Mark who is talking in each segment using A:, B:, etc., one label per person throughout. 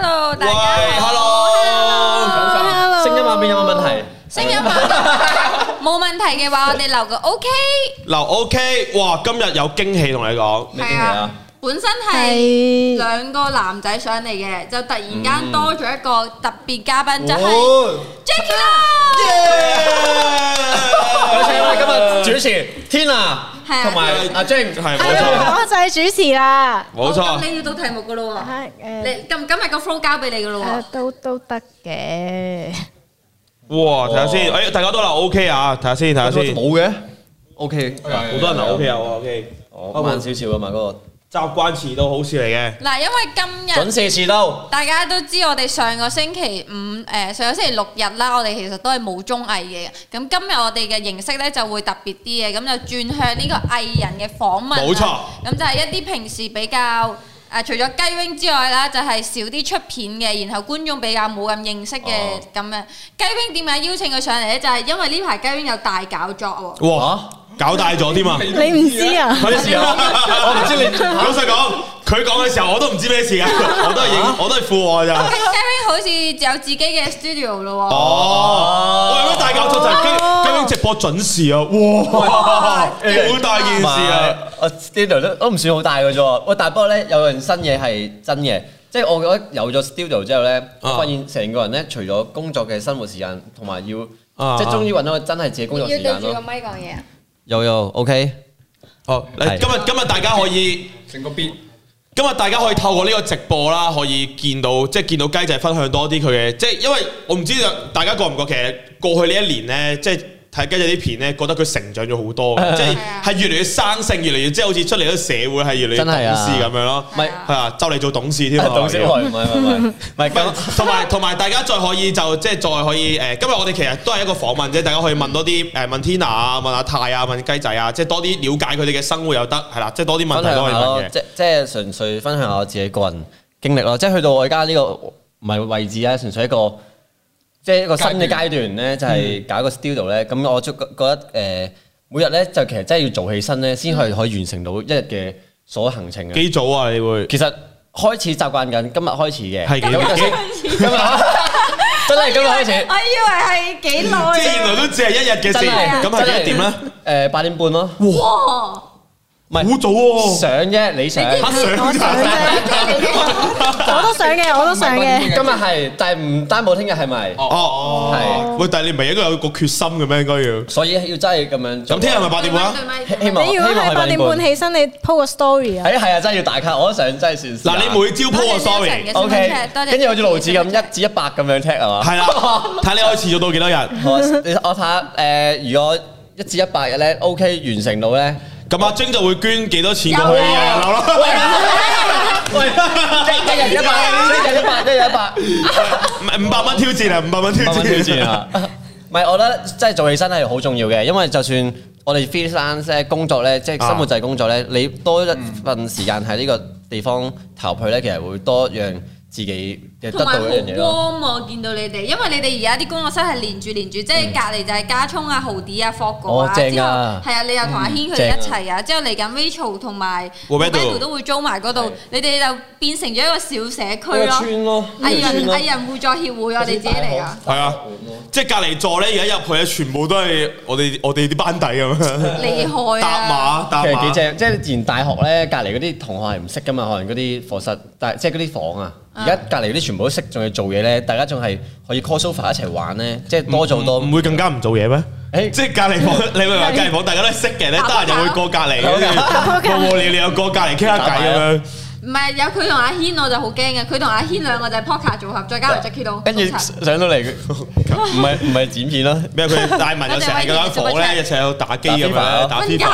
A: 大家好
B: Hello，
A: Hello
C: 聲音下面有冇問題？
A: 聲音冇冇問題嘅話，我哋留個 OK，
B: 嗱 OK，哇，今日有驚喜同你講，
C: 咩驚喜
A: à.
C: 啊？
A: 本身係
D: 係
A: 兩個男仔上嚟嘅，就突然間多咗一個特別嘉賓，就係
C: 哦
A: Jackie 啦。
C: 有請我哋今日主持 Tina
A: 係啊
C: 同埋阿 James，
B: 係冇錯，
D: 我就係主持啦。
B: 冇
A: 好咁
B: 錯，
A: 你要到題目噶咯喎。
D: 係誒
A: 你今今日個 flow 交俾你噶咯
D: 誒
A: 喎。
D: 都都得嘅。
B: 哇，睇下先，誒，大家都留 OK 啊，睇下先，睇下先，
E: 冇嘅，OK，
B: 好多人留 OK 啊，OK，
C: 我慢少少啊嘛，嗰個
B: 習慣遲到好事嚟嘅。
A: 嗱，因為今日
C: 準時遲到，
A: 大家都知我哋上個星期五誒、呃上個星期六日啦，我哋其實都係冇綜藝嘅。咁今日我哋嘅形式咧就會特別啲嘅，咁就轉向呢個藝人嘅訪問啦。
B: 冇錯
A: 咁就係一啲平時比較。誒、除咗雞 wing 之外啦，就係、少啲出片嘅，然後觀眾比較冇咁認識嘅
C: 哦
A: 咁樣。雞 wing 點解邀請佢上嚟咧？就係、因為呢排雞 wing 有大搞作喎。
B: 哇，搞大咗 添啊！
D: 你唔知啊？
B: 咩 事啊？我唔知你。 老實講，佢講嘅時候我都唔知咩 事啊！我都係影，我都係附和咋。
A: Gary 好似有自己嘅 studio 咯
B: 哦，我有咩大搞錯就係今今日直播準時啊！哇，好大件
C: 唔
B: 事啊！
C: 係我呢度都都唔算好大嘅啫喎。喂，但係不過咧，有樣新嘢係真嘅，即係我覺得有咗 studio 之後咧，我
B: 啊
C: 發現成個人咧，除咗工作嘅生活時間，同埋要
B: 啊
C: 即係終於揾到個真係自己工
A: 喎。
C: 作
A: 要
C: 時間
A: 對住個
C: 咯。
A: 咪講嘢啊！
C: 有有，OK，
B: 哦，嚟
C: 係
B: 今日今日大家可以
E: 成個 B
B: 今日大家可以透過呢個直播啦，可以見到即係見到雞仔分享多啲佢嘅，即係因為我唔知大家覺唔覺，其實過去呢一年呢，即係睇雞仔啲片呢，覺得佢成長咗好多，
C: 啊
B: 即係啊係越嚟越生性，越嚟越即係好似出嚟咗社會係越嚟越
C: 真
B: 懂
C: 係啊
B: 事咁樣咯，
C: 咪
B: 係啊，就嚟做董事添啊，
C: 董小
B: 唔
C: 害唔係唔係唔係，唔係咁。
B: 係同埋同埋大家再可以就即係再可以誒、呃今日我哋其實都係一個訪問啫，大家可以問多啲誒、問 Tina 啊，問阿泰啊，問雞仔啊，即係多啲了解佢哋嘅生活又得，係啦，即係多啲問
C: 分
B: 題
C: 享
B: 都可以
C: 下
B: 問
C: 咯
B: 嘅，。
C: 即即係純粹分享下我自己個人經歷咯。即係去到我而家呢個唔係位置啊，純粹一個即係一個新嘅階段咧，就係搞一個 studio 咧。咁我就覺覺得誒、呃每日咧就其實真係要做起身咧，先係可以完成到一日嘅所有行程嘅。
B: 幾早啊，你會？
C: 其實開始習慣緊，今日開始嘅，
B: 係幾
C: 咁就今日真係 今日開始，
A: 我以為係幾耐
B: 即係原來都只係一日嘅
C: 真
B: 事，
C: 係
B: 咁係幾多點咧？？
C: 誒八點半咯，
A: 哇！
C: 唔係
B: 好早喎，
C: 上啫，你上。
B: 嚇
D: 我
B: 上
D: 想啫，我都想嘅，我都想嘅。
C: 今日係，但係唔擔保聽日係咪？
B: 哦哦，
C: 係
B: 喂，但係你唔係應該有個決心嘅咩？應該要
C: 所以要真係咁樣做。
B: 咁聽日係咪八點半啊？
C: 希希望
D: 你如果係八點半起身，你 po 個 story à? 啊。
C: 誒係啊，真係要大卡，我都想真係算事啊。
B: 嗱，你每朝 po 個 story，
C: O K，跟住好似路子咁一至一百咁樣 tag 係嘛？
B: 係啦，睇你可以持續到幾多日。
C: 我你我睇下誒，如果一至一百日咧，O K 完成到咧，
B: 咁阿晶就會捐幾多錢過去嘅人流咯。
C: 喂，一日一百，一日一百，一日一百，
B: 唔係五百蚊挑戰啊，五百蚊挑
C: 慢慢挑戰
B: 戰啊。
C: 啊！ 唔係，我覺得真係做起身係好重要嘅，因為就算我哋 freelance 咧工作咧，即係生活就係工作咧，你多一份時間喺呢個地方投入去咧，其實會多讓自己嘅
A: 同
C: 得
A: 埋
C: 到
A: 好
C: 一樣嘢咯。
A: warm 啊！見到你哋，因為你哋而家啲工作室係連住連住，即係隔離就係加聰啊、豪啲啊、霍哥啊，
C: 嗯哦
A: 之後
C: 正
A: 係
C: 啊
A: 啊，你又同阿軒佢哋一齊啊，之後嚟緊 Rachel 同埋
B: Roberto
A: Roberto 都會租埋嗰度，你哋就變成咗一個小社區咯。
C: 咯
A: 藝人藝人互助協會，我哋自己嚟啊！
B: 係啊，即係隔離座咧，而家入去咧，全部都係我哋我哋啲班底咁樣
A: 厲害啊！
B: 搭馬搭
C: 其實幾
B: 馬。
C: 正，即係以前大學咧，隔離嗰啲同學係唔識噶嘛，可能嗰啲課室，但係即係嗰啲房啊，而家隔離嗰啲全部都識，仲要做嘢咧，大家仲係可以 call sofa 一齊玩咧，即係多做多。
B: 唔會更加唔做嘢咩？
C: 誒
B: 嗯即係隔離房，你咪話隔離房大家都識嘅，你得閒又會過隔離， 跟住無無聊聊又過隔離傾下偈咁樣。
A: 唔係有佢同阿軒，我就好驚嘅。佢同阿軒兩個就係 Poker 組合，再加埋 Jackie 度。
C: 跟住上到嚟，唔係唔係剪片啦，
B: 咩？佢大文又成日喺間房咧，一齊喺度打機咁樣咧，打
A: 瞓
B: FIFA，
A: 覺。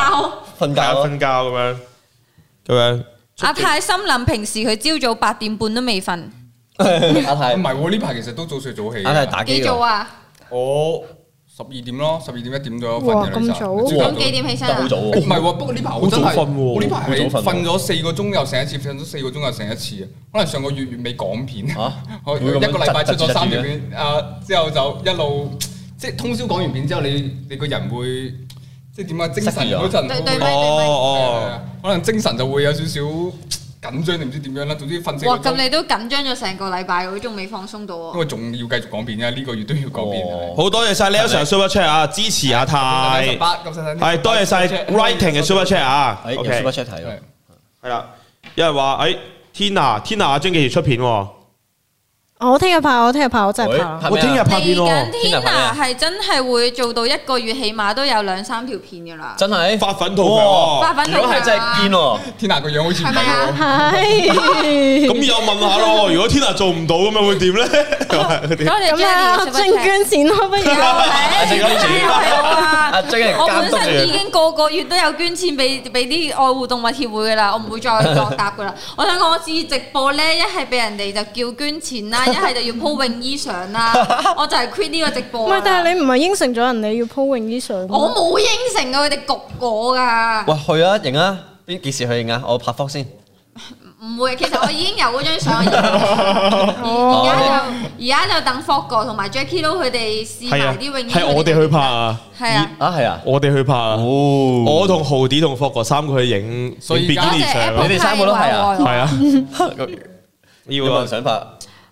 C: 瞓覺
B: 大家
C: 咯
B: 瞓覺咁樣，咁樣。
A: 阿泰心諗平時佢朝早八點半都未瞓，
C: 阿泰
E: 唔係喎，呢排其實都早睡早起。
C: 阿泰打機
A: 幾早
C: 㗎，
A: 啊？
E: 我十二點咯，十二點一點左右瞓
D: 哇
E: 嘅其實
D: 咁早
E: 你知唔知
C: 哇
A: 咁幾點起身
C: 真係
A: 啊
C: 好？早
E: 唔係
C: 喎。
E: 喎，不過呢排我真
B: 好早瞓
E: 係，
B: 喎
E: 我呢排係
C: 好早瞓喎
E: 瞓咗四個鐘又醒一次，瞓咗四個鐘又醒一次啊！可能上個月月尾港片
C: 嚇
E: 我
C: 啊會咁樣
E: 一個禮拜出咗三條
C: 窒
E: 片啊，之後就一路即係通宵講完片之後，你你個人會即係點啊？精神
C: 失意啊
E: 嗰陣
A: 對對
E: 會
A: 咩
B: 哦
E: 係
B: 哦
E: 啊，可能精神就會有少少緊張定唔知點樣啦，總之瞓四個
A: 哇！咁
E: 鐘，
A: 你都緊張咗成個禮拜，佢仲未放鬆到
E: 因
A: 喎。
E: 為仲要繼續講片啫，呢個月都要講片。
C: 哦
B: 好多謝晒 Leo Sir Super Chat 啊，支持阿泰，
E: 十八咁細細啲
B: 係多謝晒 Writing 嘅 Super Chat 啊
C: 哎有
B: ，OK
C: super chat 睇喎
E: 係
B: 係啦，有人話誒 Tina，Tina 將幾時出片喎？
D: 我聽日拍，我聽日拍，我真係拍啦。
C: 喂
B: 我聽日拍
A: 嚟
B: 片
A: 緊
B: 喎，
A: 天啊，係真係會做到一個月，起碼都有兩三條片噶啦。
C: 真係
B: 發粉圖強
A: 發
B: 喎，
A: 粉
C: 如果係真係堅喎，
E: 天下個樣好似唔係
A: 係咪啊
E: 喎
D: 係。
B: 咁又問下咯，如果 Tina 做唔到咁樣會點 咧？
A: 多謝
D: 咁
A: Jenny 嘅
D: 啊，
A: super
D: 盡
A: chat
D: 捐錢咯，不如。
A: 係
C: 正公主
A: 係啊
C: 阿 J 係
A: 我
C: 監
A: 本
C: 督
A: 身已
C: 住，
A: 經個個月都有捐錢俾俾啲愛護動物協會噶啦，我唔會再作答噶啦。我想講我次直播咧，一係俾人哋就叫捐錢啦，一係就要 po 泳衣相啦，我就係 quit 呢個直
D: 唔
A: 播啦。
D: 係，但係你唔係應承咗人你要 po 泳衣相咩？
A: 我冇應承啊，佢哋焗我噶，
C: 喂去啊影啊，邊幾時去影啊？我拍 f 先，
A: 唔會。其實我已經有嗰張相，而而家就而家就等 f o g 同埋 Jackie 都佢哋試
B: 係啊
A: 埋啲泳，衣。
B: 係我哋去拍。啊，
A: 係啊。
C: 啊係 啊，
B: 我哋去拍啊，
C: 哦
B: 我同豪啲同霍哥三個去影，
E: 所以
B: 比基
E: 而家
A: 多
B: 尼
A: 謝
B: 相
A: Apple
B: 啊，
C: 你哋三個都係啊
B: 係啊，
C: 有
B: 要
C: 冇
B: 啊
C: 人。想拍？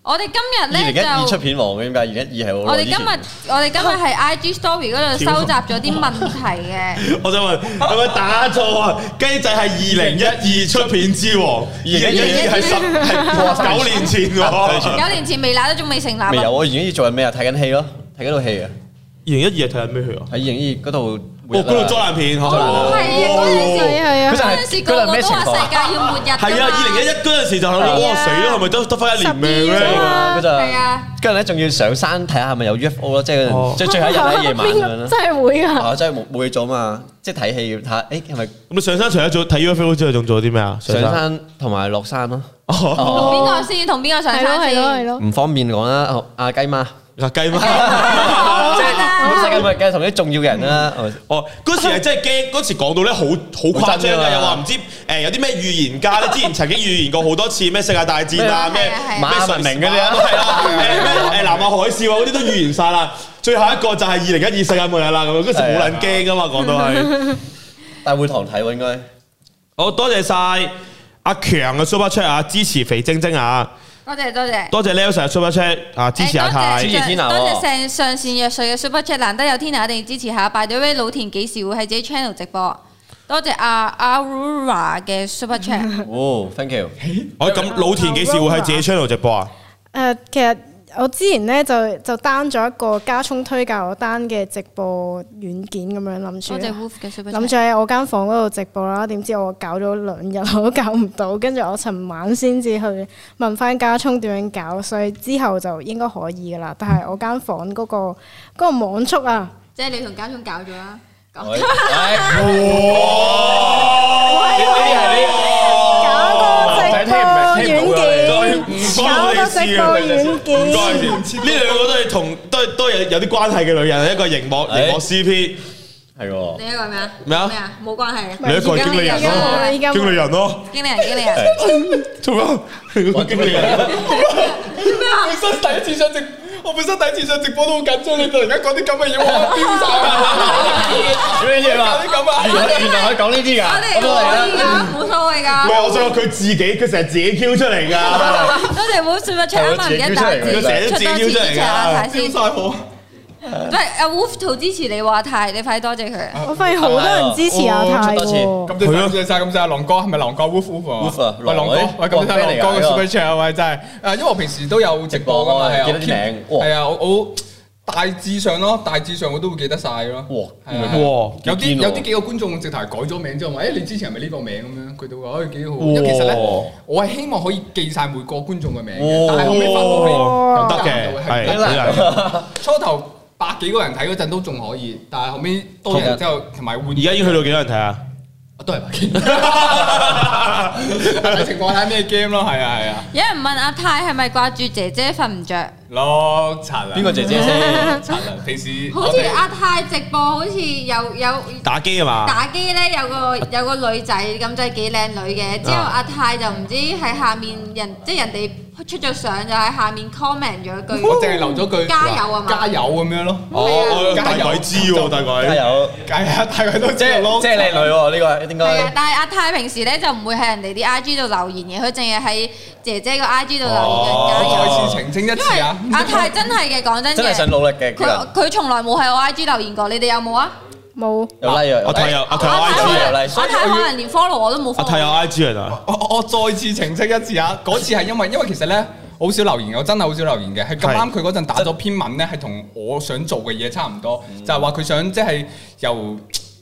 A: 我哋今日
C: 二
A: 咧
C: 零一二
A: 就
C: 出。片王點解？二零一二係
A: 我
C: 好耐
A: 哋
C: 之
A: 今
C: 前
A: 日我哋今日係 IG Story 嗰度收集咗啲問題嘅，
B: 我想問，係咪打錯啊？雞仔係二零一二出片之王，二零一二係十係九年前喎。二
A: 九年前微辣都仲未成立
C: 未有
A: 啊。
C: 我二零一二做緊咩啊？睇緊戲咯，睇緊套戲啊，
B: 零一二係睇緊咩戲啊？
C: 喺二零一二嗰度。
B: 哦，嗰度災難片，係
A: 哦係啊嗰陣時
D: 係
C: 佢
D: 啊
C: 就
D: 係
A: 嗰
C: 係
D: 啊，
A: 陣時個個都話世界要末日㗎嘛
B: 哦係啊，二零一一嗰陣時就諗
C: 係
B: 到，
C: 啊
B: 哇死啦，係咪得得翻一年命
D: 十二
B: 咧
D: 啫？嘛
C: 嗰陣
A: 係啊
C: 跟住咧仲要上山睇下係咪有 UFO 咯，即係嗰
B: 哦
C: 陣即係最後一日喺 夜晚咁樣啦。
D: 真係會啊！
C: 啊，真係冇冇嘢做嘛，即係睇戲要睇下，誒係咪
B: 咁你上山除咗做睇 UFO 之外，仲做啲咩啊？
C: 上山同埋落山咯？
B: 哦，
A: 同邊個先？同邊個上
D: 係
A: 山
D: 咯係咯係
A: 先？
D: 咯，
C: 唔方便講啦，哦阿雞媽，
B: 啊雞嘛。
C: 即係好識嘅咪梗係同啲重要人啦。係咪
B: 哦，嗰時係真係驚，嗰時講到咧好好誇張啊
C: 好真㗎
B: 㗎，又話唔知誒有啲咩預言家咧，之前曾經預言過好多次咩世界大戰 啊，
A: 咩
B: 咩
A: 啊係啊係啊
B: 咩
C: 馬文明嗰啲啊
B: 係啦，誒咩誒南亞海嘯啊嗰啲都預言晒啦，最後一個就係二零一二世界末日啦，咁樣嗰時好撚驚噶嘛，講到係。
C: 大會堂睇喎應該。
B: 好多謝晒阿強嘅 super chat 啊，支持肥晶晶啊，
A: 多謝多謝。
B: 多謝 Leo 成 super chat 啊，支持阿泰
C: 支。持 Tina 喎
A: 多謝上上善若水嘅 Super Chat，難得有 Tina，一定要支持下。By the way，老田幾時會喺自己 channel 直播？多謝阿 Aurora 嘅 Super Chat。
C: 哦，thank you。
B: 我咁老田幾時會喺自己 channel 直播啊？
D: 誒，其實我之前咧就就 down 咗一個加充推介我 down 嘅直播軟件咁樣諗住
A: 多謝
D: 啦。
A: Wolf 嘅 Super
D: 諗
A: Chat
D: 住。喺我間房嗰度直播啦，點知我搞咗兩日我都搞唔到，跟住我尋晚先至去問翻家聰點樣搞，所以之後就應該可以噶啦。但係我間房嗰、個嗰、個網速啊，
A: 即係你同家聰搞咗啦。講
C: 係
B: 唔關我哋事啊唔該呢
D: 搞個直播軟件，搞個直播軟件，
B: 兩個都係同都係都係有啲關係嘅女人，一個熒幕
C: 哎
B: 熒幕 CP，
C: 係喎，
A: 你一個係咩啊？
B: 咩啊
A: 咩啊？冇關係嘅。
B: 另一個係經理人
D: 而家
B: 咯，
D: 冇
B: 經理人咯，
A: 經理人，經理人。
B: 做咩？經理人，
E: 本身第一次上直，我本身第一次上直播都好緊張，你突然間講啲咁嘅嘢， 我飆晒啊！
C: 咩嘢
E: 搞
C: 啊
E: 啲？咁啊！
C: 原來原來可以講呢啲
A: 我
C: 㗎，
A: 哋
C: 咁我嚟啦。
A: 可以㗎，冇所謂
B: 唔係，我
A: 㗎。
B: 想講佢自己，佢成日自己 Q 出嚟㗎，
A: 多謝 Wolf Super Chat 啱啱而家打字，
B: 佢成日都
A: 出
B: 自己
A: 多
B: Q
A: 次
B: 出
A: 支
B: 嚟
A: 持阿
B: 㗎
A: 泰， 先。
B: 晒我。
A: 喂，阿 Wolf 好支持你話泰，你快多謝佢。
D: 我發現好多人支持阿泰喎。
E: 咁就多謝晒，咁就阿狼哥係咪狼哥 Wolf Wolf 啊？喂狼哥，喂咁就狼哥嘅 Super Chat 喂真係，啊呃誒因為我平時都有直播噶嘛，係啊，係啊，我我大致上咯，大致上我都會記得晒咯。啊有啲有啲幾個觀眾直頭係改咗名之後話，誒你之前係咪呢個名咁樣？佢都話誒幾好，因為其實咧，我係希望可以記晒每個觀眾嘅名嘅，但係後尾發
B: 哦，
E: 覺
B: 得嘅，係
E: 係
B: 幾難
E: 初頭百幾個人睇嗰陣都仲可以，但係後尾多人之後同埋換，
B: 而家已經去到幾多人睇啊？
E: 都係百 幾。睇情況睇咩 game 咯，係啊係啊。
A: 有人問阿泰係咪掛住姐姐瞓唔着？
E: 碌柒啦。
C: 邊個姐姐 先？
E: 柒啦？平 時
A: 好似阿泰直播，好似有有
B: 打機啊嘛，
A: 打機咧，有個有個女仔咁真係幾靚女嘅。之後
E: 啊
A: 阿泰就唔知喺下面人，即係人哋出咗相就喺下面 comment 咗句
E: 我淨係留咗句
A: 加油啊嘛
E: 加油咁樣咯。啊
B: 哦，我大鬼知喎，大
C: 加
B: 鬼，
C: 油！
E: 係啊，大家都
C: 即
E: 知
C: 係
E: 咯。
C: 即係靚女喎，呢個應
A: 係啊
C: 該，
A: 但係阿泰平時咧就唔會喺人哋啲 I G 度留言嘅，佢淨係喺姐姐個 I G 度留
E: 哦
A: 言人加油。
E: 我再次澄清一
A: 因為
E: 次啊！
A: 阿泰真係嘅，講真
C: 真係想
A: 嘅，
C: 努力嘅，
A: 佢佢從來冇喺我 I G 留言過，你哋有冇啊？
D: 冇
C: 有 like 有
B: 阿泰有阿泰有
A: 我睇
B: I
A: 可
B: G 啊，
A: 能我睇可能連 follow 我都冇
B: 阿泰有
A: follow。
B: I G 啊，
E: 我我我再次澄清一次啊！嗰次係因為因為其實咧。好少留言，我真係好少留言嘅。係咁啱佢嗰陣打咗篇文咧，係同我想做嘅嘢差唔多，
C: 嗯
E: 就係話佢想即係由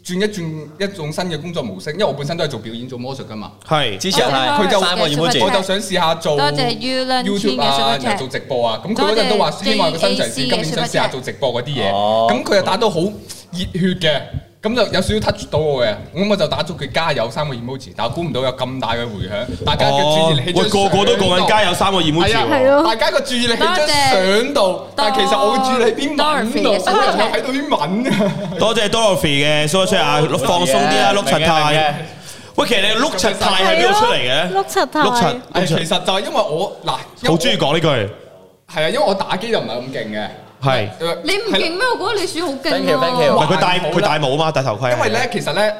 E: 轉一轉一種新嘅工作模式，因為我本身都係做表演、做魔術噶嘛，
B: 係
C: 之前係
E: 佢就
C: 三個二妹姐
E: 我，就想試下做
A: 多謝 U Learn
E: YouTube 啊，
A: 嘅 super
E: 然
A: chat
E: 後做直播啊。咁佢嗰陣都話
A: 多謝
E: 希望有個新嘗試，
A: JAC
E: 今
A: 嘅
E: 年想試下
A: super chat
E: 做直播嗰啲嘢。
C: 哦
E: 咁佢又打到好熱血嘅，咁就有少少 touch 到我嘅。咁我就打咗佢加油三個 emoji，但我估唔到有咁大嘅迴響，大家嘅注
B: 哦
E: 意力喺，
B: 喂
E: 張
B: 個個都
E: 相
B: 講緊
E: 度
B: 加油三個 emoji
E: 係啊，
B: 喎
D: 係。咯
E: 大家個注意力喺張
A: 多謝
E: 相度，但係其實我會注意力喺啲文
A: Dorothy 嘅 super chat
E: 度，所以我睇到啲文啊。
B: 多謝 Dorothy 嘅 super chat 啊，放鬆啲啊，碌柒太。喂，其實你碌柒太係邊度出嚟嘅？
D: 碌柒太
B: 碌柒，
E: 係其
B: 碌
E: 實就係因為我嗱，
B: 柒，好中意講呢句，
E: 係啊，因為我打機就唔係咁勁嘅。
B: 係。
A: 你唔勁咩？我覺得你算好勁
C: Thank you, thank
B: 唔
A: 喎
C: you。
B: 係佢戴佢戴帽啊嘛，戴頭盔。
E: 因為咧，其實咧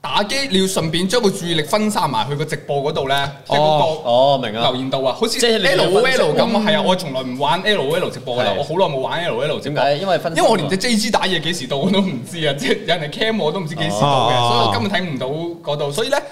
E: 打機你要順便將個注意力分散埋去個直播嗰度咧，即係嗰個
C: 哦明啊
E: 留，言度啊，好似
C: 即係你
E: L O
C: 分析
E: L 咁啊，係啊，我從來唔玩 L O L 直播噶啦
C: 係，
E: 我好耐冇玩 L O L 直
C: 點
E: 播。
C: 解？因為分
E: 因為我
B: 啊
E: 連隻 J G 打嘢幾時到我都唔知啊，即係有人嚟 cam 我都唔知幾時到嘅，
B: 哦
E: 所以我根本睇唔到嗰度。所以咧，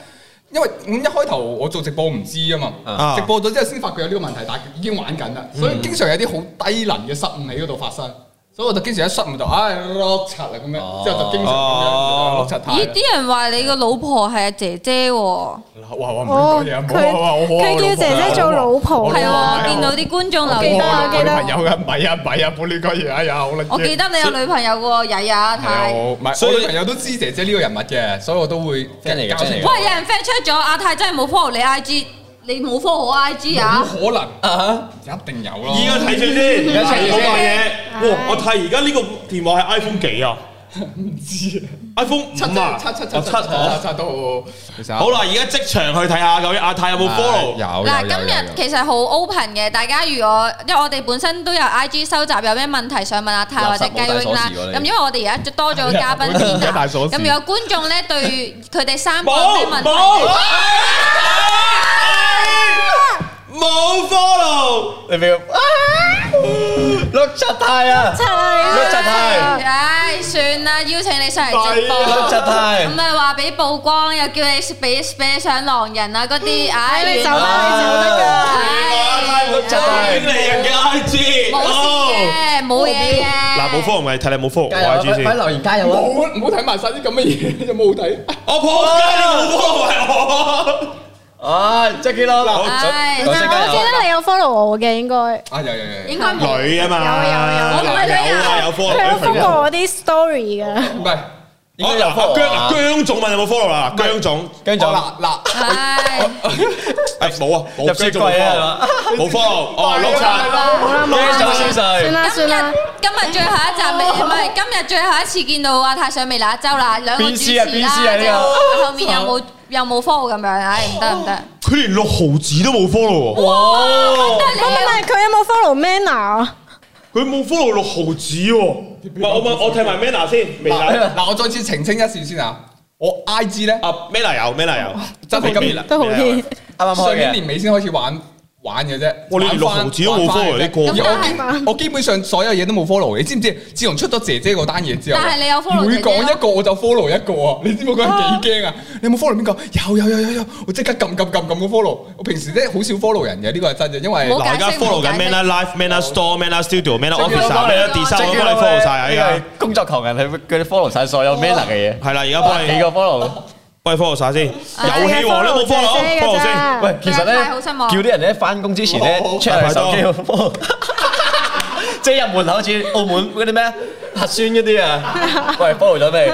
E: 因為咁一開頭我做直播唔知啊嘛
B: 啊，嗯
E: 直播咗之後先發覺有呢個問題，但係已經玩緊啦，所以經常有啲好低能嘅失誤喺嗰度發生。所以我就經常一失誤就唉碌柒啦咁樣，之後就經常咁樣
B: 哦
E: 碌柒太啦。
A: 咦？啲人話你個老婆係阿姐姐喎，
E: 哇哇唔好講嘢啊，唔好啊，哇我好啊
D: 哦佢叫姐姐做老婆
A: 係
E: 係
A: 啊！
E: 啊
A: 我見到啲觀眾留
D: 記
A: 言
D: 得啊
A: 話
D: 記得
E: 朋友嘅，唔係啊唔係啊，冇亂講嘢，哎呀好撚驚
A: 我記得你有女朋友喎，曳啊
E: 係啊，
A: 泰。
E: 我唔係，
B: 所以
E: 所以朋友都知姐姐呢個人物嘅，所以我都會
C: friend 嚟嘅
E: 交出
C: friend 嚟嘅
A: 喂，有人 fact check 咗阿泰真係冇 follow 你 IG，你冇 follow 我 IG 啊？
E: 冇可能，
C: 啊
E: 一定有咯。
B: 依家睇住先，
C: 而家睇住
B: 好
C: 先
B: 賣嘢。哇！我睇而家呢個電話係 iPhone 幾啊
E: 唔知
B: ？iPhone
E: 七
B: 五
E: 七
B: 啊？
E: 七七
B: 哦
E: 七七
B: 七啊
E: 七都其實
B: 好啦，而家即場去睇下究竟阿泰有冇 follow？
E: 有
A: 嗱，今日其實好 open 嘅，大家如果因為我哋本身都有 IG 收集，有咩問題想問阿泰或者雞 wing 啦
C: 垃圾冇帶鎖匙。喎你
A: 咁因為我哋而家多咗個嘉 賓先
E: 冇
A: 啦。
E: 帶鎖匙
A: 咁如果觀眾咧對佢哋三個有
B: 冇
A: 咩問題
B: 冇
A: 咧？
B: 冇 follow。
C: 你俾佢啊碌柒太啊，碌柒太，
A: 唉，算啦，邀請你上嚟直播。
C: 碌柒太
A: 咁。咪話俾曝光，又叫你俾俾你上狼人啊嗰啲，唉，
D: 你走
A: 完
D: 啦，你走得
A: 唉
D: 㗎。
B: 真係經理人嘅 IG。
A: 冇事嘅，冇嘢嘅。
B: 嗱，冇 follow 咪睇你冇 follow 我
C: 加油啊！
B: IG
C: 快快
B: 先。
C: 留言加油
E: 冇
C: 啊！
E: 唔好睇埋晒啲咁嘅嘢， 有冇好睇？
B: 我破街你冇 follow 係我。
C: 啊，Jackie 咯，
A: 唉
C: 嗱，
D: 但係我
C: 油
D: 記得你有 follow 我嘅應該，
E: 啊有有有有，
A: 應該冇。
B: 女啊嘛，
A: 有有有我唔係女啊
B: 有啊有 follow
D: 佢有
B: 女朋
D: follow
B: 友。
D: 過我啲 story 㗎。
E: 唔係
C: 應該有 follow
B: 姜
C: 啊，
B: 姜總問有冇 follow 啦？姜總，
C: 跟住
E: 我
C: 就
E: 嗱嗱
A: 唉，
B: 誒冇啊，冇
C: 入雪櫃啊，係嘛？
B: 冇 follow，哦碌柒，
D: 好啦，冇
C: 驚
D: 啦
C: 走，先
D: 算
C: 勢，
A: 今
D: 啦算
A: 日
D: 啦，
A: 今日最後一集未，唔係今日最後一次見到阿泰上微辣州啦，兩個主持
C: BC
A: 啦
C: 啊，BC 啊呢個
A: 後面有冇有冇 follow 咁樣？唉，唔得唔得，
B: 佢連六毫子都冇 follow 喎，
C: 哇！
A: 但係
D: 我
A: 你
D: 問係佢有冇 follow Manner 啊？
B: 佢冇 follow 六毫子喎。唔係我問我睇埋 Manner 先，未啦。
E: 嗱，我再次澄清一次先啊，我 I G 咧
B: 啊 Manner 有 Manner 有，
E: 真係今年啦
D: 都好
C: 啱
D: 啲，
C: 啱
E: 上年
C: 開嘅，
E: 年尾先開始玩玩嘅啫，
B: 哇你連六
E: 玩返
B: 毫子都冇
E: 玩返
B: follow
E: 嘅
B: 呢個
E: 而我基
D: 咁但係
E: 我基本上所有嘢都冇 follow 嘅，你知唔知？自從出咗姐姐嗰單嘢之後，
A: 但係你有 follow
E: 每講
A: 姐姐
E: 一個我就 follow 一個啊！你知唔知我嗰陣幾驚啊？你有冇 follow 邊個？有有有有有，我即刻撳撳撳撳個 follow。我平時咧好少 follow 人嘅，呢個係真嘅，因為
A: 冇
B: 嗱而家
A: 解釋冇
B: follow 緊
A: 解釋
B: Manner Life、Manner Store、Manner Studio、Manner
C: 即
B: Office、Manner Design，我都幫你 follow 晒啊！而家
C: 工作狂人佢佢 follow 晒所有 manner 嘅嘢，
B: 係啦，而家幫
C: 幾
B: 你
C: 個 follow。
B: 幫你 follow 晒先，遊戲王都冇 follow，follow 先。
D: follow
C: 喂，其實咧
A: 太好失望
C: 叫啲人咧翻工之前咧
E: 好
C: check 下手機喎，即係入門口好似澳門嗰啲咩核酸嗰啲啊，喂 follow 咗未？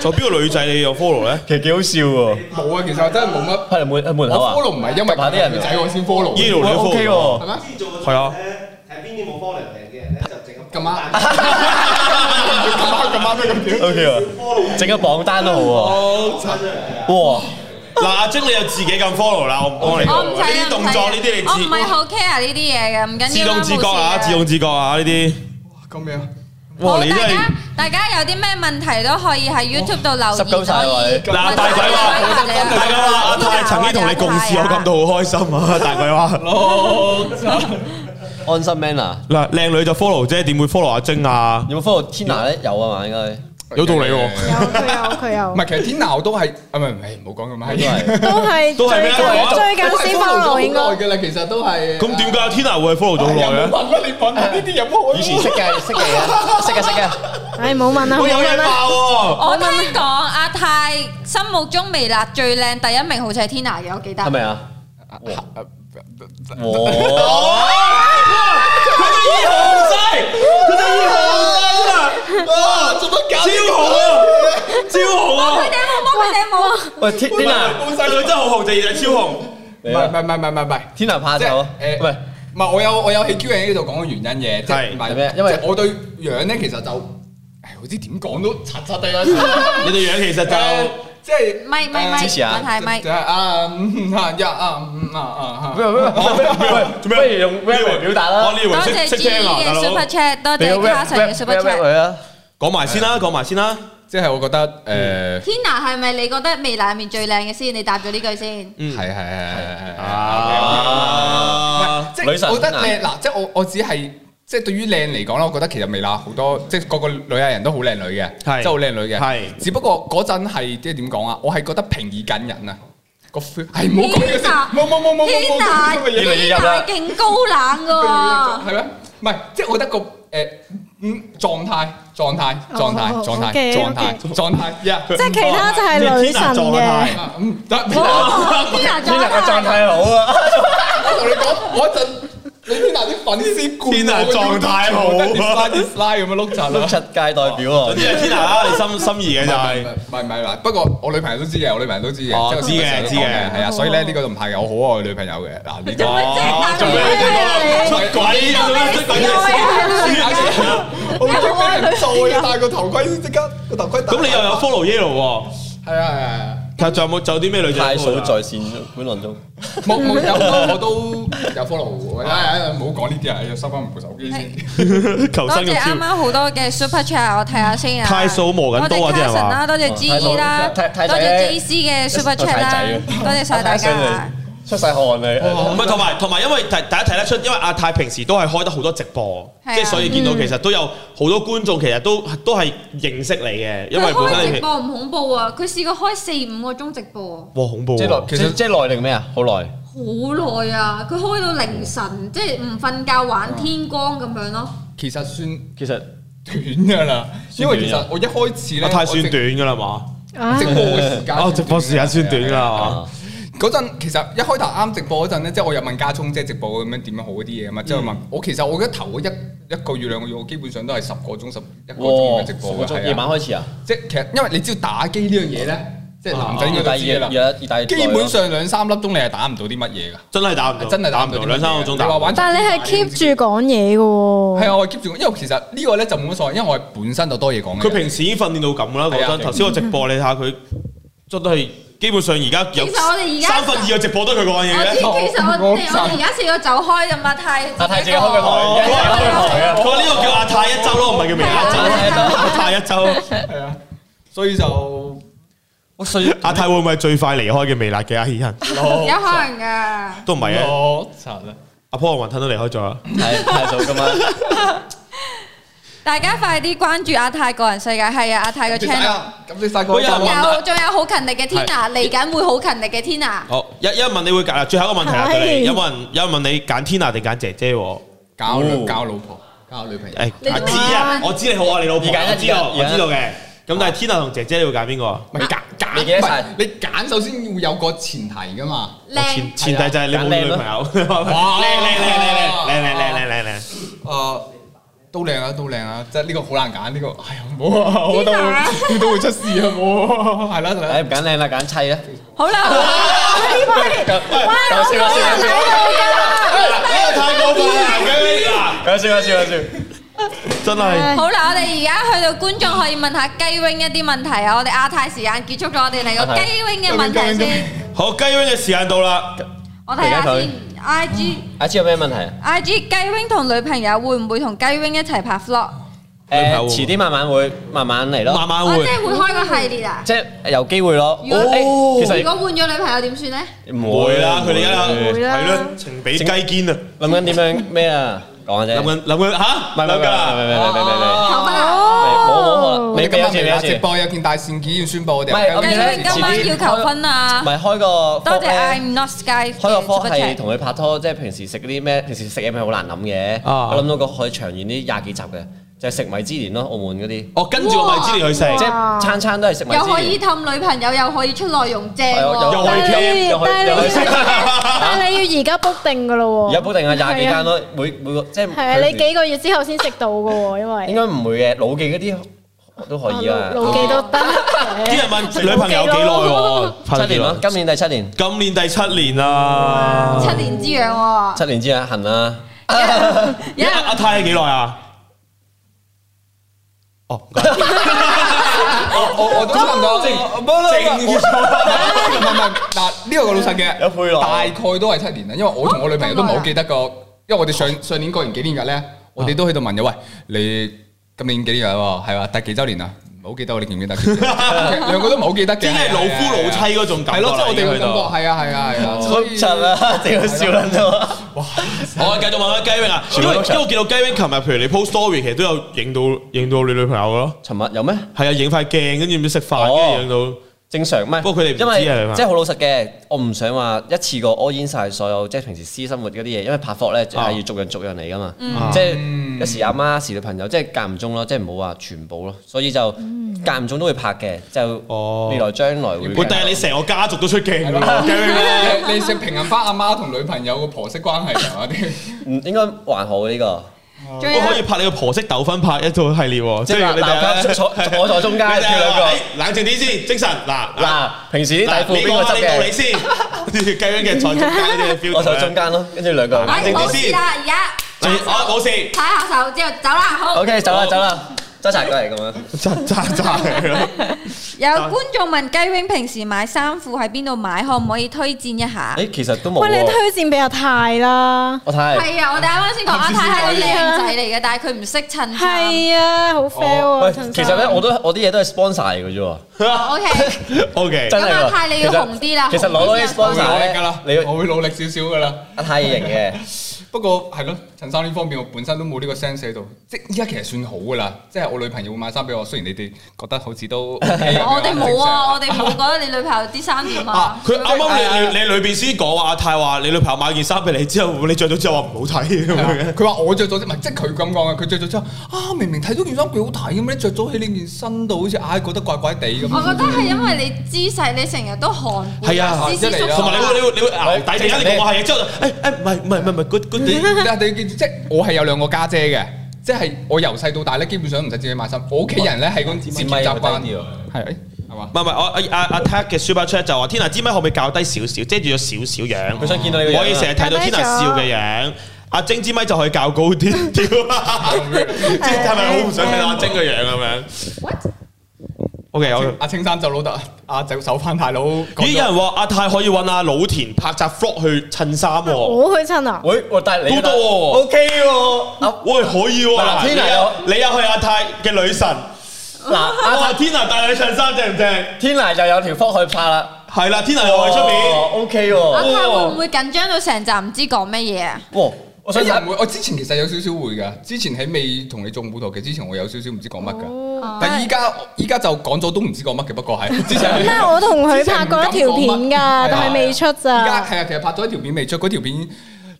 B: 仲有邊個女仔你有 follow 咧？
C: 其實幾好笑喎，
E: 冇啊，其實我真係冇乜。
C: 喺門喺門
E: 我
C: 口啊
E: follow 唔係因為
C: 揼下啲人
E: 女仔我先 follow，
B: 依
E: 嘅
B: 度你都
C: 喂 à? ，OK
B: follow
C: 喎
E: 係，咩？
B: 係啊，
F: 啲冇 follow 人嘅人咧，就整個
E: 咁啱
F: 咁
E: 啱咁啱都咁屌。
C: O K 喎，
F: follow
C: 整個榜單都好喎。
B: 好
F: 出嚟啊！
C: 哇！
B: 嗱，阿晶你又自己咁 follow 啦，我唔幫你。
A: 我唔使
B: 呢
A: 啊
B: 啲動作呢啲你
A: 我唔係
B: 自哦
A: 好 care 呢啲嘢嘅，唔緊
B: 自
A: 要啦
B: 動自覺啊，自。
A: 冇事嘅
B: 動自覺啊呢啲。
E: 咁樣。
A: 好，
B: 哇！你真
A: 大
B: 係
A: 家大家有啲咩問題都可以喺 YouTube 度留
C: 濕鳩
A: 言
C: 晒
A: 可以
C: 位。
B: 嗱，大鬼
A: 啊
B: 話，大鬼話，阿泰曾經同你共事，我感到好開心啊！ 大鬼話，
C: 安心 man 啊，
B: 嗱，靚女就 follow 啫，點會 follow 阿晶啊？
C: 有冇 follow Tina 咧？有啊嘛，應該。
B: 有道理喎
D: 有佢有佢有
E: 唔，係，其實天鬧都係啊，唔係唔係，唔好講咁
C: 都係
E: 閪。
D: 都係
B: 都係咩
D: 最
B: 啊
D: 近
B: 都
D: 最近先 follow 應
E: 好耐
D: 該。
E: 嘅啦，其實都係。
B: 咁點解阿 Tina 會 follow 咗
E: 有
B: 好耐啊
E: 冇
B: 嘅？
E: 問過你問呢啲有冇？
C: 以前識嘅，識嘅，識嘅，識嘅。
D: 唉，冇問啦，
B: 我
D: 冇
B: 有
D: 問
B: 嘢
D: 啦。
B: 爆喎！
A: 我聽講阿泰心目中微辣最靚第一名好似係 Tina 嘅，我記得
C: 係。咪啊？
E: Dạ.
B: 哦
C: 哇！
B: 佢隻耳好細，佢隻耳好細啊！哇，
E: Ờ,
B: 做乜搞？超紅啊！超紅
A: 佢
B: 啊！
A: 哋冇摸，佢哋冇。
C: 喂，Ti-，Tina，
B: 冇細女真係好紅，隻耳係超紅。
E: 唔係唔係唔係唔係唔係。
C: Tina 怕
E: 即
C: 醜
E: 係
C: 啊。
E: 誒，
C: 喂，
E: 唔係我有我有喺 Q&A 度講個原因嘅，即係
B: 係
E: 唔係
C: 係咩因為
E: 即係我對樣咧其實就誒好似點講都柒柒地啦，
B: 你對樣其實
E: 誒
B: 就
E: 即係
A: 咪咪咪，
C: 支持啊
A: 問題咪
E: 就。係 啊嗯啊一啊嗯啊啊
C: 喂喂喂
A: 哦
B: 做咩
C: 不如用 rap 表達
B: 我
C: 啦。
B: 呢 以
A: 多
B: 為
A: 謝
B: 識
A: G
B: 識聽啊，
A: 嘅
B: 大佬。
A: Super Chat，多
C: 你
A: 謝
C: 用 rap
A: Carson 嘅
C: rap
A: Super
C: rap rap
A: Chat。
C: 佢啊。
B: 講埋先啦，講埋先啦。
E: 即係我覺得
A: Tina 係咪你覺得微辣入面最靚嘅先？你答咗呢句先。
B: 嗯
E: 誒係係係係
B: À. 啊，
E: 係，即
C: 女神
E: 係我覺得
C: 啊
E: 靚嗱，即係我我只係。即係對於靚嚟講啦，我覺得其實微辣好多，即係個個女藝人都好靚女嘅，
B: 係
E: 真係好靚女嘅。
B: 係
E: 只不過嗰陣係即係點講啊？我係覺得平易近人啊，個 feel 係冇講呢個先，
A: Tina，
E: 冇冇冇冇冇冇冇呢個嘢。
A: Tina，Tina 勁高冷噶
E: 係咩？唔係，即係我覺得個誒嗯狀態、狀態、狀態、
D: 哦
E: 狀態、
D: OK，
E: 狀態、狀態，yeah，
D: 即係其他就係女神嘅，
E: 啊嗯得。
A: 喎。哇！Tina 狀態，
C: 好啊。
E: 我同你講，我一陣你天下啲粉絲灌
B: Tina 狀態好啊
E: slide 咁樣碌柒啦
C: 出。界代表啊
B: 嗰。啲係 Tina 啦，你心心儀嘅就係
E: 唔係唔係嗱，不過我女朋友都知嘅，我女朋友都知嘅，
B: 哦
E: 即係我
B: 知嘅
E: 成日都
B: 知
E: 講
B: 嘅
E: 係啊，所以咧呢個都唔怕嘅，我好愛我女朋友嘅嗱呢個
A: 做。乜啫？
B: 做咩
A: 你
B: 出軌做咩出軌
E: 我驚俾人做要戴個頭盔先，即刻個頭盔戴。
B: 咁你又有 follow Yellow 喎？
E: 係啊係啊係啊。
B: 其實仲有冇仲有啲咩女仔？
C: 太數在 線本輪中。
E: 冇冇有我都有 follow 嘅，唉唔好講呢啲啊，要收翻部手機先。
B: 求
A: 多
B: 生欲
A: 謝啱
B: 超。
A: 啱好多嘅 Super Chat，我睇下先啊。
B: 太數磨緊刀啊啲人話哦
A: 多謝 Carson 啦，多謝 G E 啦，
C: 太太
A: 多謝
C: 太仔
A: J C 嘅 Super Chat
C: 太
A: 啦
C: 仔啊，
A: 多謝晒大家。
C: 出晒汗你。呃
A: 哦
B: 唔係，同埋同埋，因為大大家睇得出，因為阿泰平時都係開得好多直播，
A: 係啊
B: 即係所以見到其實都有好多觀眾，其實都都係認識你嘅，因為
A: 佢
B: 本
A: 開
B: 身
A: 直
B: 你
A: 播唔恐怖啊！佢試過開四五個鐘直播，
B: 哇恐怖啊
C: 即係
B: 喎
C: 耐，，其實即係耐定咩啊？好耐。
A: 好耐啊！佢開到凌晨，即係唔瞓覺玩天光咁樣咯。
E: 其實算
C: 其實
E: 短㗎啦，因為其實我一開始咧，
B: 阿泰算短
E: 我
B: 㗎啦嘛，
E: 直直
D: 啊
E: 啊播嘅時間，
B: 哦直播時間算短㗎啦係嘛。
E: 嗰陣其實一開頭啱直播嗰陣咧，即係我又問家聰姐直播咁樣點樣好嗰啲嘢啊嘛，之後問我其實我覺得頭嗰一一個月兩個月，我基本上都係十個鐘十一個鐘咁
C: 哇！
E: 樣直播
C: 個
E: 嘅，係啊
C: 夜晚開始啊？
E: 即係其實因為你知道打機呢樣嘢咧，即係男仔應該都知㗎
C: 哦第二
E: 啦，
C: 日第二日
E: 基本上兩三粒鐘你係打唔到啲乜嘢㗎。
B: 真係打唔到，
E: 真係打唔到啲乜嘢
B: 啊兩三個鐘打
E: 你
B: 唔到。
E: 話玩
D: 但係你係 keep 住講嘢嘅
E: 係
D: 喎，
E: 啊，我 keep 住，因為其實呢個咧就冇乜所謂，因為我係本身就多嘢講嘅。
B: 佢平時已經訓練到咁啦，講
E: 係啊
B: 真，頭先我直播你睇下佢，真係基本上而家有
A: 其實我哋而家
B: 三分二嘅直播都係佢講
A: 我
B: 嘢
A: 知
B: 嘅。
A: 其實我我哋而家試過走開咁啊，太
C: 阿泰自己開個
A: 台。
B: 哦
C: 台，
B: 佢話呢個叫阿泰一周咯，唔係叫微辣一周，
A: 啊
B: 阿泰一周。
E: 係啊，所以就
C: 我 衰
B: 阿泰會唔會係最快離開嘅微辣嘅阿喜人？
A: 有可能㗎。
B: 都唔係嘅，
E: 我柒啊！
B: 阿坡雲吞都離開咗啦。
C: 太太早噶嘛？
A: 大家快啲關注阿泰個人世界，係啊，阿泰個 channel。
E: 哎咁你細個
B: 喂有人
A: 仲
B: 話
A: 有仲有好勤力嘅 Tina，嚟緊會好勤力嘅 Tina。
B: 好，哦一一問你會揀，最後一個問題啦，
D: 係
B: 對你有冇人有人問你揀 Tina 定揀姐姐喎？
E: 搞女
C: 哦
E: 搞老婆，搞女朋友，
B: 誒，
A: 你都
B: 我
A: 明
B: 知啊
A: 啊，
B: 我知你好愛你老婆，
C: 而家
B: 我知道，
C: 而
B: 我
C: 家
B: 知道嘅。咁
C: 哦
B: 但係 Tina 同姐姐你會揀邊個？
E: 唔係揀揀
C: 你記得晒
E: 唔係你揀首先要有個前提噶嘛。
A: 靚
B: 前前提就係你
C: 啊
B: 冇女朋友。靚靚靚靚靚靚靚 靚靚靚靚。
E: 誒，呃都靚啊，都靚啊，即係呢個好難揀，呢個哎呀唔好啊，我都會
A: Tina
E: 呢都會出 事啊，冇啊係啦係
C: 誒
E: 啦，
C: 唔揀靚啦，揀妻啦。
A: 好啦，
C: 喂，
A: 我啊
C: 講笑講笑講笑。
B: 哎呢個太過分啦！嗱，啊
C: 有笑有笑有笑，
B: 真係。
A: 好啦，我哋而家去到觀眾可以問下雞 wing 一啲問題啊！我哋亞太時間結束咗，我哋嚟個雞 wing 嘅問題先。
B: 好，雞 wing 嘅時間到啦。
A: 我睇下
C: 嚟緊
A: 先，I G
C: 阿知有咩問題啊？
A: I G 雞 wing 同女朋友會唔會同雞 wing 一齊拍 vlog？
B: 女
C: 誒
B: 朋友，
C: 遲啲慢慢會，慢慢嚟
B: 慢
C: 咯，哦
B: 慢
A: 我
B: 會
A: 即。係會開個系列啊！
C: 即係有機會咯。
A: 如果
C: 哦其
A: 如
C: 實
A: 果換咗女朋友點算咧？
C: 唔
B: 會啦，佢哋而
D: 會
B: 家
D: 啦
B: 係咯，情比雞堅啊，
C: 諗緊點樣咩啊？講下啫。
B: 諗緊諗緊啊
C: 唔係唔係唔係唔係唔係唔係唔係唔係唔係
B: 吓，諗緊啦，
A: 求
C: 哦
E: 啊
A: 婚啊！
C: 冇冇冇，你俾
E: 今
C: 有
E: 晚
C: 錢
E: 微
C: 俾有
E: 辣直
C: 錢，
E: 播有件大善件要宣布我哋
C: 唔係
A: 雞
C: 我哋咧
A: wing 今晚要求婚啊！
C: 咪開個
A: 多謝
C: I。
A: I'm not sky
C: 開個科係
A: 嘅
C: 同佢拍拖，即係平時食嗰啲咩？平時食嘢咪好難諗嘅。
B: 啊
C: 我諗到個可以長遠啲廿幾集嘅，就係食米芝蓮咯，澳門嗰啲，
B: 我哦跟住我米芝蓮去
C: 即
B: 食，
C: 係餐餐都係食米芝
A: super chat 又可以
C: 蓮。
A: 氹女朋友，又可以出內容正
C: 係啊
A: 喎。
B: 又可以
D: 但
B: 傾
D: 你
C: 又可以
D: 但你
C: 又可以傾
B: 呃
D: 但你要而家 book 定噶咯喎。
C: 而家保定啊，廿幾間
D: 係啊。
C: 咯，每每個即係
D: 係啊，你幾個月之後先食到噶喎，因為哦
C: 應該唔會嘅，老記嗰啲都可以啊。
D: 老記都得。
B: 啲人問女朋友幾耐喎？拍咗
C: 七年咯，今年第七年，
B: 今年第七年啦。
A: 七年之癢喎，
C: 七年之後痕啊啦。
A: 有
B: 阿
A: 人
B: 阿泰幾耐啊？哦，唔該
E: 我我都差唔多，
C: 正
E: 正咗。唔係唔係， 嗱呢個老實嘅，
C: 有配樂
E: 大概都係七年啦。因為我同我女朋友都唔係好記得個，因為我哋上上年過完紀念日咧，我哋都喺度問嘅，喂，你今年紀念日喎，係嘛？但係幾週年啊？唔係好記得喎，你記唔記得？兩個都唔係好記得嘅，
B: 即係老夫老妻嗰種感
E: 係
B: 覺啦。
E: 咯，即係我哋
B: 已經去
E: 會感覺
B: 到。
E: 係啊係啊
B: 哦
E: 係啊，所以
C: 咁柒 啦，整到啊笑撚咗。
B: 我繼續問翻雞 wing 啊，因為因為我見到雞 wing 琴日，譬如你 post story，其實都有影到影到你女朋友嘅咯。
C: 尋日有咩？
B: 係啊，影塊鏡，跟住唔知食
C: 哦
B: 飯，跟住影到。
C: 正常咩？
B: 不過佢哋唔知
C: 因
B: 啊
C: 為
B: 你話
C: 即係好老實嘅，我唔想話一次過 all in 晒所有即係平時私生活嗰啲嘢，因為拍拖咧
B: 啊
C: 係要逐樣逐樣嚟噶嘛，
D: 嗯
C: 即係一時阿媽，一時女朋友，即係間唔中咯，即係唔好話全部咯，所以就
D: 嗯
C: 間唔中都會拍嘅，就
B: 哦
C: 未來將來會。
B: 喂，但係你成個家族都出鏡
E: 係
B: 㗎
E: 咯
B: 喎，雞 wing
E: 你你食平衡翻阿媽同女朋友個婆媳關係係嘛啲？
C: 唔嗯應該還好呢個，
A: 仲
B: 都可以
A: 有
B: 拍你個婆媳糾紛拍一套系列喎，
C: 即係
B: 係
C: 鬧
B: 你哋
C: 交
B: 咧
C: 坐我坐中間
B: 你哋係
C: 跳兩
B: 話
C: 個。
B: 誒冷靜啲先，精神嗱
C: 嗱，平時啲底
B: 啊嗱，
C: 褲
B: 你
C: 邊個
B: 講下
C: 執
B: 你道理
C: 嘅？
B: 先， 雞 wing 嘅坐中間嗰啲 feel，
C: 我坐中間咯，跟住兩個。
B: 冷
A: 哎
B: 靜啲
A: 冇事啦，而家
B: 仲要，我冇 事，
A: 睇下手之後走啦，好
C: O。K，走啦走啦，揸柴過嚟咁樣。
B: 渣渣渣嚟咯。
A: 有觀眾問雞 wing 平時買衫褲喺邊度買，可唔可以推薦一下？
C: 誒，其實都冇
D: 喂，你
C: 喎。
D: 推薦俾阿泰啦。
C: 我睇。
A: 係啊，我哋啱啱先講阿泰係個靚仔嚟嘅，但係佢唔識襯衫。
D: 係啊，好 fail 啊！
C: 哦喂，
D: 陳生
C: 其實咧，我都我啲嘢都係 sponsor 嚟嘅啫喎，
A: O K，
B: O K，
C: 真係
A: 咁啊
C: 喎。
A: 阿泰你要
C: 其實
A: 紅啲啦啊
C: 其實攞到啲
E: 我會
C: sponsor
E: 努力
C: 咧
E: 㗎啦，，
C: 你
E: 我會努力少少㗎啦。
C: 阿太型嘅，
E: 不過係咯，陳生呢方面我本身都冇呢個 sense 喺度，即係依家其實算好㗎啦。即係我女朋友會買衫俾我，雖然你哋覺得好似都 OK 咁樣
A: 我哋冇啊，我哋冇覺得你女朋友啲衫點啊。
B: 佢啱啱你你你裏邊先講話阿泰話你女朋友買件衫俾你之後，你着咗之後話唔好睇咁
E: 係
B: 樣
E: 啊佢話我着咗啫，唔係即係佢咁講嘅。佢着咗之後，啊明明睇到件衫幾好睇咁咧，着咗喺呢件身度，好似唉覺得怪怪地咁。
A: 我覺得係因為你姿勢，你成日都寒背，
B: 係啊
A: 絲絲縮縮
B: 同埋你會你會你會淆底，突然間你講話係之後，誒誒唔係唔係唔係唔係，嗰
E: 你
B: 嗰
E: 但係你記住，即係我係有兩個家姐嘅，即係我由細到大咧，基本上唔使自己買衫，我屋企人咧係嗰種節
C: 支
E: 儉
C: 咪
E: 習慣，
C: 低啲喎
E: 係係嘛
B: 唔？係唔係，我阿阿 Tag 嘅 Super Chat 就話：天啊，支咪可唔可以較低少少，遮住咗少少樣？
C: 佢想見到你個樣
B: 唔
C: 啊
B: 可以成日睇到天啊笑嘅樣。阿晶支咪就可以較高 啲，屌！即係咪好唔想睇到阿晶嘅樣咁樣？OK，我
E: 阿青山就老豆，阿就手翻大佬。
B: 咦有人話阿泰可以揾阿老田拍集 vlog 去襯衫
C: 哦
B: 喎，
D: 我去親啊！
C: 喂，我但係你
B: 都得喎
C: O K 喎，啊
B: 喂可以喎！
C: 嗱
B: 嗱，
C: Tina
B: 你又你又去阿泰嘅女神，
C: 嗱阿
B: 哇
C: 泰
B: 天啊帶你襯衫正唔正？
C: 天娜就有條科去拍啦，
B: 係啦，天啊又喺出面，
C: O K
A: 阿泰會
C: 喎
A: 唔，會緊張到成集唔知講乜嘢啊？
C: 哇！我想
E: 我又唔
C: 睇，
E: 會，我之前其實有少少會㗎。之前喺未同你做舞台嘅之前，我有少少唔知講乜㗎。但依家依家就講咗都唔知講乜嘅，不過係之前
D: 咩？我同佢拍過一條片㗎，但係未出
E: 依家
D: 咋。
E: 係啊，其實拍咗一條片未出，嗰條片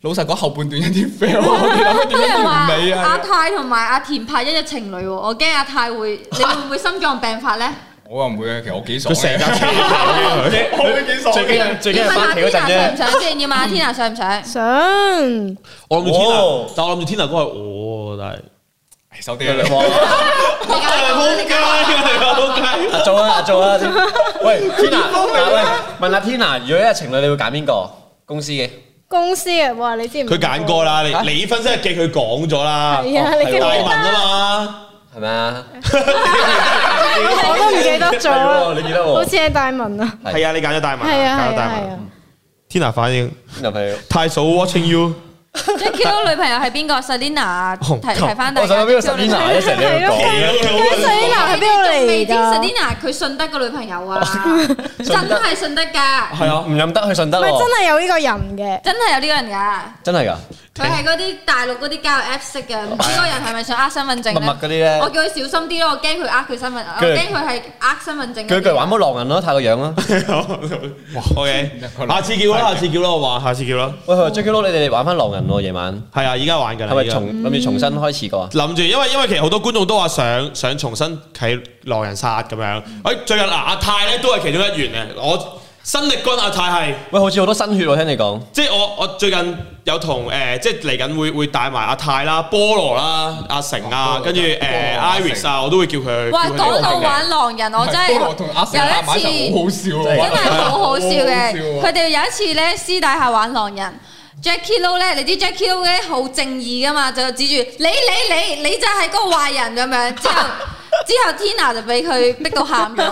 E: 老實講後半段有啲 fail，我哋諗緊點
A: 啲人
E: 樣
A: 話
E: 完美
A: 阿
E: 啊！
A: 泰同埋阿田拍一日情侶喎，我驚阿泰會，你會唔會心臟病發咧？
E: 我又唔會啊，其實我幾爽
B: 佢成集
E: 嘅。
B: 車嚟嘅
E: 我會幾爽
C: 最
E: 嘅。
C: 緊最
A: 要
C: 緊係
A: 問阿
C: 翻企嗰
A: Tina
C: 陣
A: 上唔
C: 啫，
A: 上先？要問阿 Tina 上唔上？
D: 想
B: 我諗住天
C: 哇
B: 啊，但我諗住天啊哥係我，但係。
E: 唉手啲啊！
C: 哇
B: 仆街啊！仆街！
C: 阿做啊 阿做啊，喂天娜，嗱喂問阿天娜，如果一係情侶你會揀邊個公司嘅？
D: 公司嘅，哇！你知唔
B: 佢
D: 知？
B: 揀過啦，你你分析日記佢講咗啦，哦
D: 係啊，你記唔記
B: 大文
D: 得？
B: 啊嘛，
C: 係咪啊？
D: 我都唔 記得咗
C: 係喎
D: 啦，
C: 你記得
D: 好
C: 喎
D: 似？係大文啊，
C: 係
B: 係啊，你揀咗大文，
D: 係啊
B: 揀咗
D: 係
B: 大
D: 啊係啊
B: 文。，Tina 反應
C: 男朋友。
B: 太嫂 watching you，
A: J.Q 女朋友係邊個？Selina
B: 哦
A: 提提翻大
C: Oh，我
A: 家
C: 想。邊個
A: JQ 女
C: Selina 一成你喺度
B: 哎
C: 講，
D: Selina 係邊度嚟㗎
A: 未知 Selina 佢順德嘅女朋 友啊，真係順德㗎，
C: 係啊，唔飲得去順德
D: 唔係真
C: 喎，
D: 係有呢個人嘅。
A: 真係有呢個人㗎。
C: 真係㗎，
A: 佢係嗰啲大陸嗰啲交友 App 識嘅，唔知嗰個人係咪想呃身份證
C: 默默
A: 咧
C: 嗰啲？咧
A: 我，叫佢小心啲咯，我驚佢呃佢身份，我
C: 佢
A: 驚佢係呃身份證嗰啲。
C: 佢句玩冇狼人咯，太個樣啦。
B: 啊 OK，下次叫啦，下次叫啦，我話下次叫啦，
C: 喂喂，J.K. 佬，你哋玩翻狼人喎，夜晚
B: 係啊，而家玩緊啦，
C: 係咪
B: 而家
C: 重諗住重新開始過啊？
B: 諗住，因為因為其實好多觀眾都話想想重新睇狼人殺咁樣。誒，最近嗱啊阿泰咧都係其中一員嘅，我新力軍阿泰係。
C: 喂，好似好多新血喎，聽你講。
B: 即係我我最近有同誒、呃即係嚟緊會會帶埋阿泰啦、菠蘿啦、阿成啊，跟住誒
E: 阿成
B: Iris 啊，我都會叫佢。
A: 哇！
B: 叫佢
A: 講
B: 哋
A: 到
B: 玩嘅
A: 玩狼人，我真係
E: 菠蘿同阿成打埋一齊好
A: 有一次
E: 好笑
A: 真
E: 啊！
A: 係好好笑嘅。
E: 好好笑啊
A: 佢哋有一次咧私底下玩狼人。Jackie Lou 咧，你知 Jackie Lou 咧好正義噶嘛，就指住你你你你就係嗰個壞人咁樣。 之後之後 Tina 就俾佢逼到喊咗。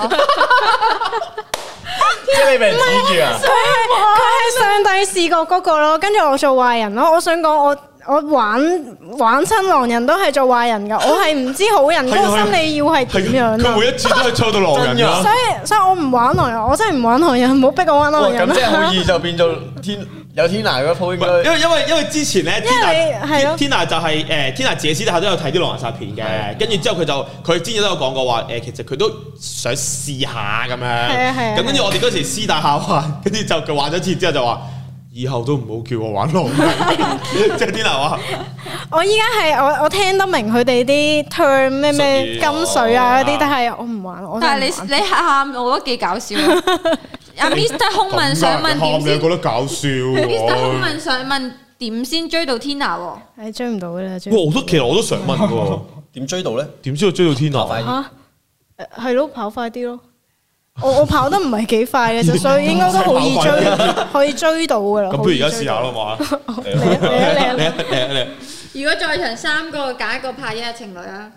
C: 即係你俾人指住啊！
D: 佢係佢係上帝視覺嗰個咯，跟住我做壞人咯。我想講我。我玩玩親狼人都係做壞人噶，我係唔知好人嗰個心理要係點
B: 係啊
D: 樣
B: 佢
D: 啊
B: 每一次都係抽到狼人啊
C: 真㗎
B: 㗎
D: 所。以所以我唔玩狼人，我真係唔玩狼人，唔好逼我玩
C: 哇，
D: 狼人啊
C: 哦咁即係好
D: 啦。
C: 易就變做天有天拿嗰鋪應
B: 因
C: 該。
B: 為因為因為之前咧
D: 你
B: ，Tina
D: 係咯
B: Tina 就係誒 Tina 自己私底下都有睇啲狼人殺片嘅，跟住之後佢就佢之前都有講過話誒，其實佢都想試下咁樣。
D: 啊係啊
B: 咁跟住我哋嗰時私底下玩，跟住就佢玩咗一次之後就話。以後都唔好叫我玩狼人，即係 Tina 話
D: 我依家係我我聽得明佢哋啲 term 咩咩
B: 術語
D: 金水啊嗰
B: 哦
D: 啲，但係我唔玩，我
A: 但係
D: 真 唔玩
A: 你你喊我覺得幾搞笑。啊 阿 Mr 空
E: 啊
A: 問想問點先
B: 得搞笑
A: ？Mr 空問想問點先追到 Tina 喎？
D: 係追唔到嘅啦，追
B: 哇！我都其實我都想問喎，
C: 點追到咧？
B: 點知道追到天
C: 快
B: 啊？
C: 啲！
D: 嚇誒呃係咯，跑快啲咯。我我跑得唔係幾快嘅 啫，所以應該都好易追，可以追到噶啦。
B: 咁不如而家試下啦嘛，
D: 好易追 到。嚟啊嚟啊
B: 你
D: 嚟啊！
B: 你你
A: 如果在場三個揀一個拍一日情侶啊，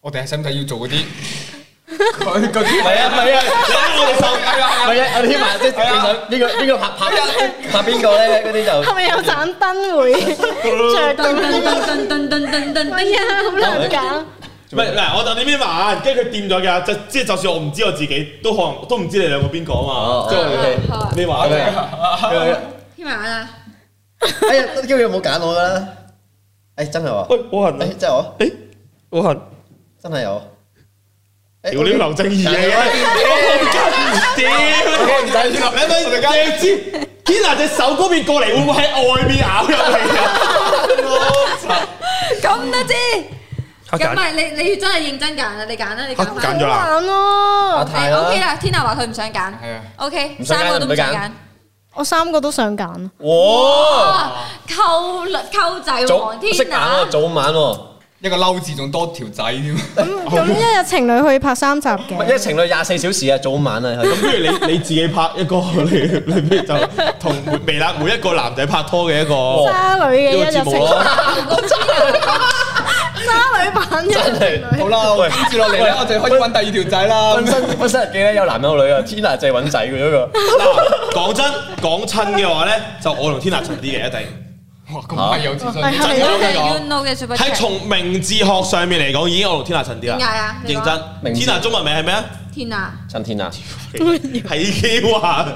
E: 我哋係使唔使要做嗰啲？佢嗰啲
C: 係啊係啊！
E: 我哋手係啊係啊
C: 係啊！有天拿即係你想邊個邊個拍拍拍邊個咧？嗰啲就
D: 係咪有盞燈會 着
A: 噔
D: 到？
A: 噔噔噔噔噔噔
D: 哎呀，好難揀。
B: 唔係嗱，我就點邊埋，跟住佢掂咗嘅，就即係就算我唔知我自己，都可能都唔知你兩個邊個啊嘛，
C: 哦
B: 即係我哋
A: 好啊
B: 你話
C: 係
B: 嘅。
C: 啊！
A: 天文啊，
C: 哎呀，都叫佢冇揀我㗎啦！哎，真係喎！
B: 喂，我痕
C: 哎，
B: 啊！
C: 真係我，
B: 誒，我痕！
C: 真係有。
B: 屌你劉正義嘅，屌！
C: 唔使
B: 你咪突然間你知 Tina 隻手嗰邊過嚟，會唔會喺外面咬入嚟啊？
A: 咁都知。
B: 我
A: 咁啊咪你你要真係認真揀啦，你揀啦，你揀
B: 揀
A: 啦。
B: 咗啦。
D: 玩咯，
A: 係 OK 啦，Tina 話佢唔想揀
E: 係啊。
A: OK，
C: 唔想揀
A: 三個都唔想揀
C: 唔想。
D: 我三個都想揀。
C: 哇！
A: 哇，溝女溝仔
C: 早
A: 王
C: 識揀喎，
A: Tina，
C: 早晚喎。
E: 一個嬲字仲多條仔添，
D: 咁咁一日情侶可以拍三集
C: 唔係，因為
D: 嘅。
C: 情侶廿四小時啊，早晚啊，
B: 咁不如你你自己拍一個， 你你不如就同每微辣每一個男仔拍拖嘅一個
D: 渣女嘅一
B: 呢
D: 日
B: 個
D: 情
B: 節目
D: 侶，
B: 咯。
D: 渣女版一日 情侶。
E: 好啦，我接落嚟咧，我就開始揾第二條仔啦。
C: 婚身婚身日記咧有男有女啊，Tina 就係揾仔嘅嗰個，
B: 嗱，講真講親嘅話咧，就我同 Tina 近啲嘅一定。
E: 哇，咁係有自信。
D: 係
B: 真
A: 多謝
B: 嘅
A: You
B: 講，
A: Know 嘅 Super
B: 喺
A: Chat。
B: 從名字學上面嚟講，已經我同 Tina 近啲啦。
A: 點解啊你講
B: 認真
C: 名字
B: ，Tina 中文名係 咩啊？
A: Tina，
C: 陳 Tina，
B: 係 Q 啊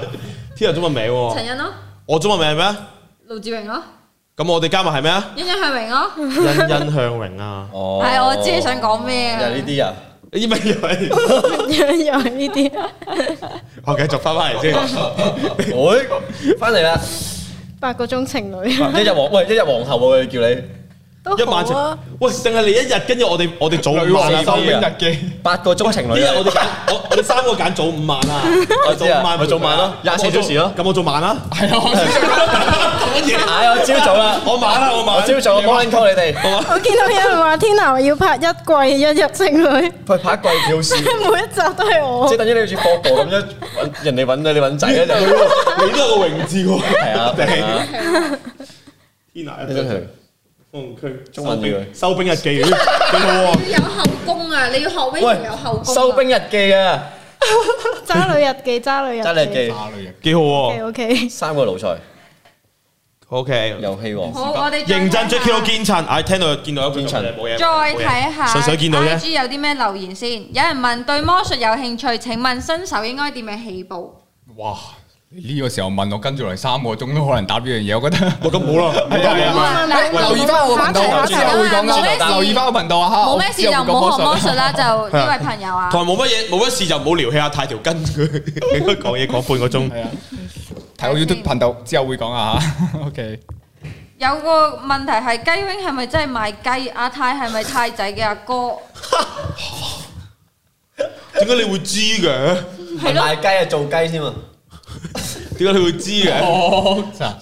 B: ！Tina 中文名喎，
A: 陳欣咯，
B: 我中文名係咩啊？
A: 盧志榮咯，
B: 咁我哋加埋係咩啊？
A: 欣欣向榮咯，
B: 欣欣向榮啊！
C: 哦
A: 係我知你想講咩
C: 又
A: 啊
C: 係。呢啲啊，
B: 你咪以為
D: 又係呢啲
B: 我繼續翻返 嚟先。
C: 喂，翻嚟啦，
D: 八個鐘情侶，
C: 一日皇喂一日皇后喎，佢叫你
D: 都
B: 一晚
D: 好
B: 情
D: 啊。，
B: 喂，定係你一日，跟住我哋我哋早
E: 女
B: 五
E: 王
B: 晚啊
E: 收兵日 記，
C: 八個鐘情
B: 呢日
C: 侶
B: 我哋揀我我哋三個揀早五晚啊，
C: 我知啊咪早晚咯
B: 咁我
C: 24小時咯
B: 咁我做晚啦，
E: 係啊，我先 識
B: 乜嘢啊
C: 唉，我朝早啦，
B: 我晚啦，我晚
C: 我朝早我幫 call 你哋，
D: 我見到有人話天啊，我要拍一季一日情侶，
C: 佢拍一季幾好笑，
D: 即係每一集都係我
C: 即係。等於你好似波哥咁樣，揾人哋揾你，你揾仔咧就
B: 你都有個榮字喎，
C: 係啊，係啊
B: 天啊，
C: 你真係
B: 嗯佢
C: 中文嚟嘅
B: 收兵日記，咦幾好喎。
A: 有後宮啊！你要學 w
C: 喂
A: i 有後宮啊。
C: 收兵日記啊，
D: 渣女日記，渣女日記，
C: 真係記
E: 打女人，
B: 幾好
D: O K
B: 喎
D: O K，
C: 三個奴才
B: ，OK，
C: 遊戲王，
A: 好，我哋再
B: 認真
A: 睇下
B: Jackie 都堅襯，唉，聽到見到一半
C: 堅襯
B: 冇嘢，
A: 再睇下，
B: 純粹見到
A: IG
B: 啫，
A: 有啲咩留言先？有人問對魔術有興趣，請問新手應該點樣起步？
E: 哇！你呢個時候問我跟住嚟三個鐘都可能答呢樣嘢，我覺得。
B: 喂咁好啦，
E: 係啊係啊
A: 好啊
E: 係
A: 嗱
E: 留意翻我個頻道啊，
D: 下一
E: 之
D: 題
E: 後會講
A: 冇咩
E: 啦。
A: 事
E: 留意翻個頻道啊，嚇
A: 冇咩事就唔好學魔術。啦， 就呢位朋友啊
B: 同。埋冇乜嘢，冇乜事就唔好撩起阿太條筋 佢，應該講嘢講半個鐘。
E: 係啊，睇我 YouTube 頻道之後會講啊嚇。OK，
A: 有個問題係雞 wing 係咪真係賣雞？阿泰係咪泰仔嘅阿哥？
B: 點解你會知嘅？
A: 係咯，
C: 賣雞啊做雞添啊，
B: 點解你會知嘅？
E: 哦，真係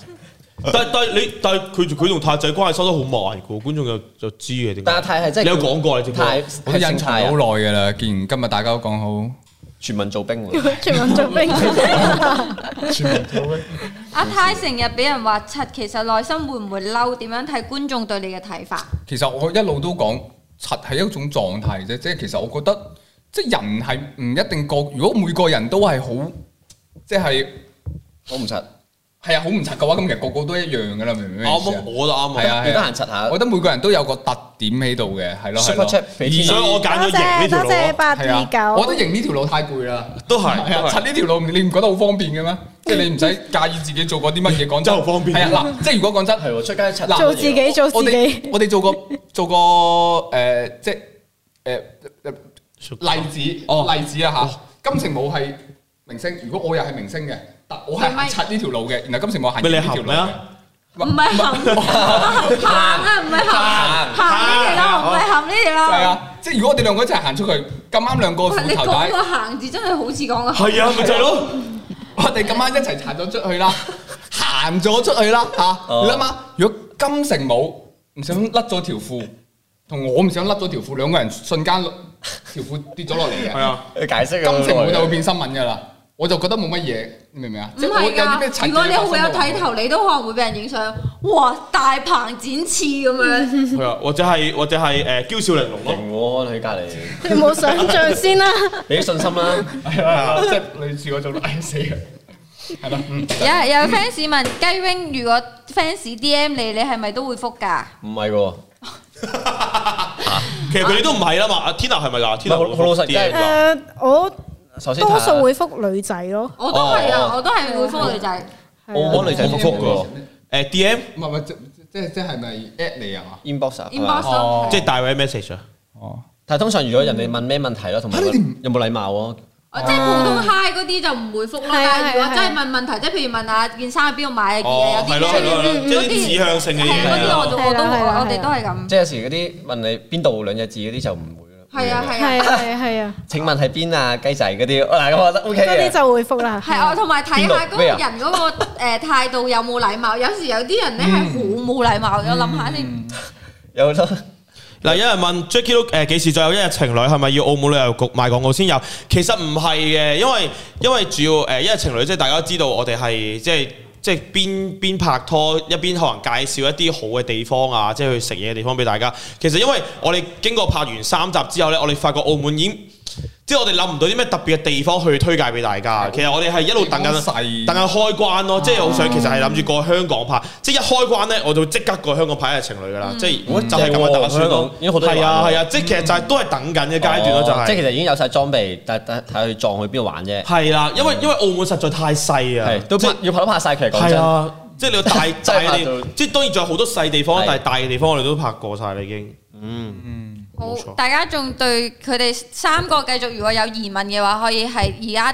B: 但但你但佢佢同太仔關係收得好埋嘅喎，觀眾又就知嘅點
C: 但係
B: 解？
C: 泰係真係
B: 你有講過你知唔知
C: 泰
E: 我都
C: 係
E: 隱
C: 姓
E: 藏
C: 泰
E: 咗
C: 啊，
E: 好耐㗎啦。既然今日大家都講好，
C: 全民做兵喎，
D: 全民做兵，
A: 阿泰成日俾人話柒，其實內心會唔會嬲？點樣睇觀眾對你嘅睇法？
E: 其實我一路都講，柒係一種狀態啫。即係其實我覺得，即係人係唔一定個，如果每個人都係好，即係
C: 我唔柒，
E: 係啊，好唔柒嘅話，咁其實個個都一樣㗎啦，明唔明咩意
B: 啱
E: 思
B: 啊
E: 啊？
B: 我就啱
E: 係
B: 啊，
E: 啊
C: 要得閒柒下
E: 我覺得每個人都有個特點喺度嘅，係咯，係
C: Super
E: 咯。
C: Chat 俾天啊
B: 所以我
D: 多
B: 揀咗型呢
D: 謝
B: 條
D: 多
B: 路
D: 謝
B: 啊，
D: 八
E: 係啊
D: 二
E: 我
D: 九
E: 覺得。型呢條路太攰啦。
B: 都係
E: 係啊，
B: 都係
E: 柒呢條路你唔覺得好方便嘅咩？即係你唔使介意自己做過啲乜嘢，講真
B: 真係好方便
E: 係啊，嗱，即係如果講真，
C: 係喎出街柒
E: 嗱
D: 做自己做
E: 我
D: 自己
E: 哋我哋做個做個誒，即係誒例子
B: 哦
E: 例子啊嚇。金城武係明星，如果我又係明星嘅，但我係
A: 係咪
E: 行柒呢條路嘅，然後金城武行
B: 咩你
E: 呢條
B: 行
E: 路
B: 咩
E: 嘅。
B: 啊？
A: 唔係 含行啊，唔係含行呢條咯，唔係含呢條
E: 就哦係
A: 咯。
E: 啊，即係如果我哋兩個一齊行出去，咁啱兩個
A: 喂
E: 褲
A: 哦你
E: 頭
A: 講啊
E: 帶
A: 個，行字真係好似講個
B: 係啊，咪就係咯，
E: 我哋咁啱一齊行咗出去啦，行咗出去啦嚇。
C: 哦
E: 你諗下，如果金城武唔想甩咗條褲，同我唔想甩咗條褲，兩個人瞬間條褲跌咗落嚟
B: 係
E: 嘅，
B: 啊。
C: 佢解釋
E: 金城武就會
C: 咁耐
E: 變新聞㗎啦。我就覺得冇乜嘢，你明唔明啊？
A: 唔
E: 係我有
A: 係
E: 啲咩
A: 㗎，如果你好有睇頭，你都可能會俾人影相。哇，大鵬展翅咁 樣，
B: 係啊，或者係或者係誒嬌笑玲瓏 咯，
C: 型喎，佢隔離，
D: 你冇想象先啦，
C: 俾啲信心啦，
E: 係啊，即係類似嗰種， 哎呀死啊！係啦，嗯
A: 有有 fans 問雞 wing，如果 fans DM 你，你係咪都會覆㗎？
C: 唔係喎，
B: 其實佢哋都唔係啦嘛。阿 Tina 係咪㗎？Tina
C: 好好老實
B: 啲嘢
C: 真係
B: 㗎
D: 誒，我
C: 首先
D: 多
C: 睇下
D: 數會覆女仔咯，
A: 我都係
C: 哦
A: 啊，我都係會覆女仔。
C: 澳
D: 啊
C: 門女仔都覆嘅
B: 誒 DM
E: 唔係唔係，即即即係咪 at 你啊嘛？
C: 喎，inbox 啊
A: inbox
C: 係啊
A: 咯
E: 哦
B: 即係大位 message 啊。
E: 哦，
C: 但係通常如果人哋問咩問題咯，同埋
E: 嚇你哋唔
C: 有冇禮貌喎，
A: 我即係普通 hi 嗰啲就唔回覆啦，
D: 係啊
A: 但係如
D: 係
A: 果
D: 啊
A: 真係問問題，即係譬如問下件衫喺邊度買嘅
B: 哦，
A: 嘢，嗯
B: 係
A: 有
B: 咯係咯係
A: 啲
B: 咯，即係啲指向性嘅
A: 係
B: 嘢
A: 嗰啲
B: 啊
A: 我都我都
D: 係啦係啦
A: 我哋都係咁，
C: 即係有時嗰啲問你邊度兩隻字嗰啲就唔會啦。
A: 係啊係啊
D: 係。啊係啊係啊，
C: 請問喺邊啊？雞仔嗰啲， 嗱咁我覺得 OK
D: 嗰啲
C: 嘅。
D: 就會覆啦。
A: 係啊，同埋睇下嗰個
C: 邊度
A: 人嗰個 誒態度有冇禮貌。有時有啲人咧
B: 嗯
A: 係好冇禮貌，我諗下你
C: 有好多
B: 嗱，有人問 Jackie 都誒幾時再有一日情侶係咪要澳門旅遊局賣廣告先有？其實唔係嘅，因為因為主要呃誒一日情侶即係大家都知道我哋係即係。即係邊邊拍拖一邊可能介紹一啲好嘅地方啊，即係去食嘢嘅地方俾大家。其實因為我哋經過拍完三集之後呢，我哋發覺澳門已經即係我哋諗唔到啲咩特別嘅地方去推介俾大家。其實我哋係一路等
E: 地方細
B: 緊，等緊開關咯。即係好想其實係諗住過香港拍，即係一開關呢，我就即刻過香港拍一日情侶㗎啦。即係
C: 嗯
B: 就係咁嘅打算
C: 香
B: 咯
C: 港。已經好多嘢
B: 係啊
C: 玩
B: 係
C: 啦
B: 啊，即係其實就係都係等緊嘅階段咯，就
C: 哦即係其
B: 係。
C: 實已經有晒裝備，但但睇佢撞去邊度玩啫。
B: 係啦，因為因為澳門實在太細啊
C: 係，都
B: 即
C: 拍要拍都拍晒，其實講
B: 係
C: 真。
B: 啊，即係你個 大
C: 真係
B: 大
C: 拍
B: 地
C: 到，
B: 即係當然仲有好多細地方
C: 係，
B: 但係大嘅地方我哋都拍過晒啦已經。
A: 好
B: 冇錯，
A: 大家仲對佢哋三個繼續如果有疑問嘅話，可以係而家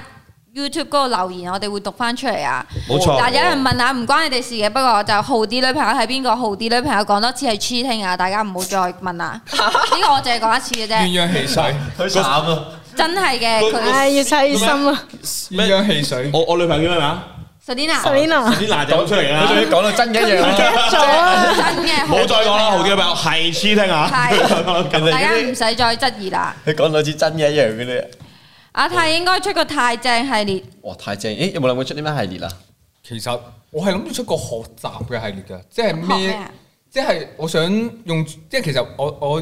A: YouTube 嗰度留言，我哋會讀翻出嚟啊。
B: 冇錯
A: 嗱，有人問啊，唔關你哋事嘅，不過就豪啲女朋友係邊個？豪啲女朋友講多次係 cheating 啊，大家唔好再問 啦。呢個我淨係講一次嘅
E: 鸳
A: 啫，
E: 鸯汽水，
C: 佢慘啊！
A: 真係嘅。佢
D: 唉，要細心啊
E: 鸳鸯汽水，
B: 我我女朋友叫咩名啊？
A: Selina
C: 啊
D: ，Selina，
B: 啲爛就出嚟
C: 佢仲
B: 啦，
C: 要講到真嘅 一樣啊！
D: 咗啊，
A: 真嘅，
B: 唔好再講啦，豪啲嘅朋友係黐聽啊，
A: 係，大家唔
C: 人哋嗰啲
A: 使再質疑啦。
C: 佢講到好似真嘅一樣嗰啲，
A: 阿泰應該出個啊太正系列，
C: 哇太正！咦有冇諗過出啲咩系列啊？
E: 其實我係諗住出個學習嘅系列嘅，即係
A: 學咩
E: 咩
A: 啊？？
E: 即係我想用，即係其實我我我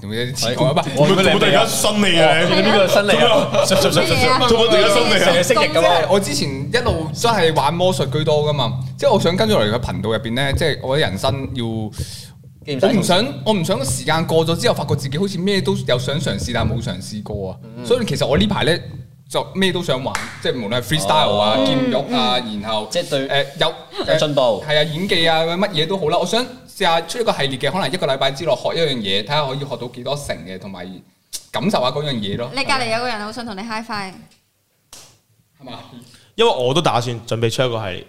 E: 點解啲詞講啊？
C: 我
E: 唔
B: 我
E: 係
B: 突然間新嚟嘅
C: 你邊個新嚟啊？上上上上
A: 乜嘢啊
C: 上
B: 做乜突然間新嚟啊
C: 成日識
E: 咁
C: 翼
E: 即
C: 咁
E: 係
C: 啊！
E: 我之前一路都係玩魔術居多噶嘛，即係我想跟住落嚟嘅頻道入邊咧，即係我嘅人生要，我
C: 記
E: 唔想我唔想個時間過咗之後，發覺自己好似咩都有想嘗試，但係冇嘗試過啊。所以其實我呢排咧就咩都想玩，即係無論係 freestyle 啊、
C: 嗯哦
E: 劍玉啊，然後
C: 即係對
E: 誒有
C: 有進步
E: 係啊演技啊乜嘢都好啦。我想試下出一個系列嘅，可能一個禮拜之內學一樣嘢，睇下可以學到幾多成嘅，同埋感受下嗰樣嘢咯。
A: 你隔離有個人好想同你 high five，
E: 係嘛？
B: 因為我都打算準備出一個系列，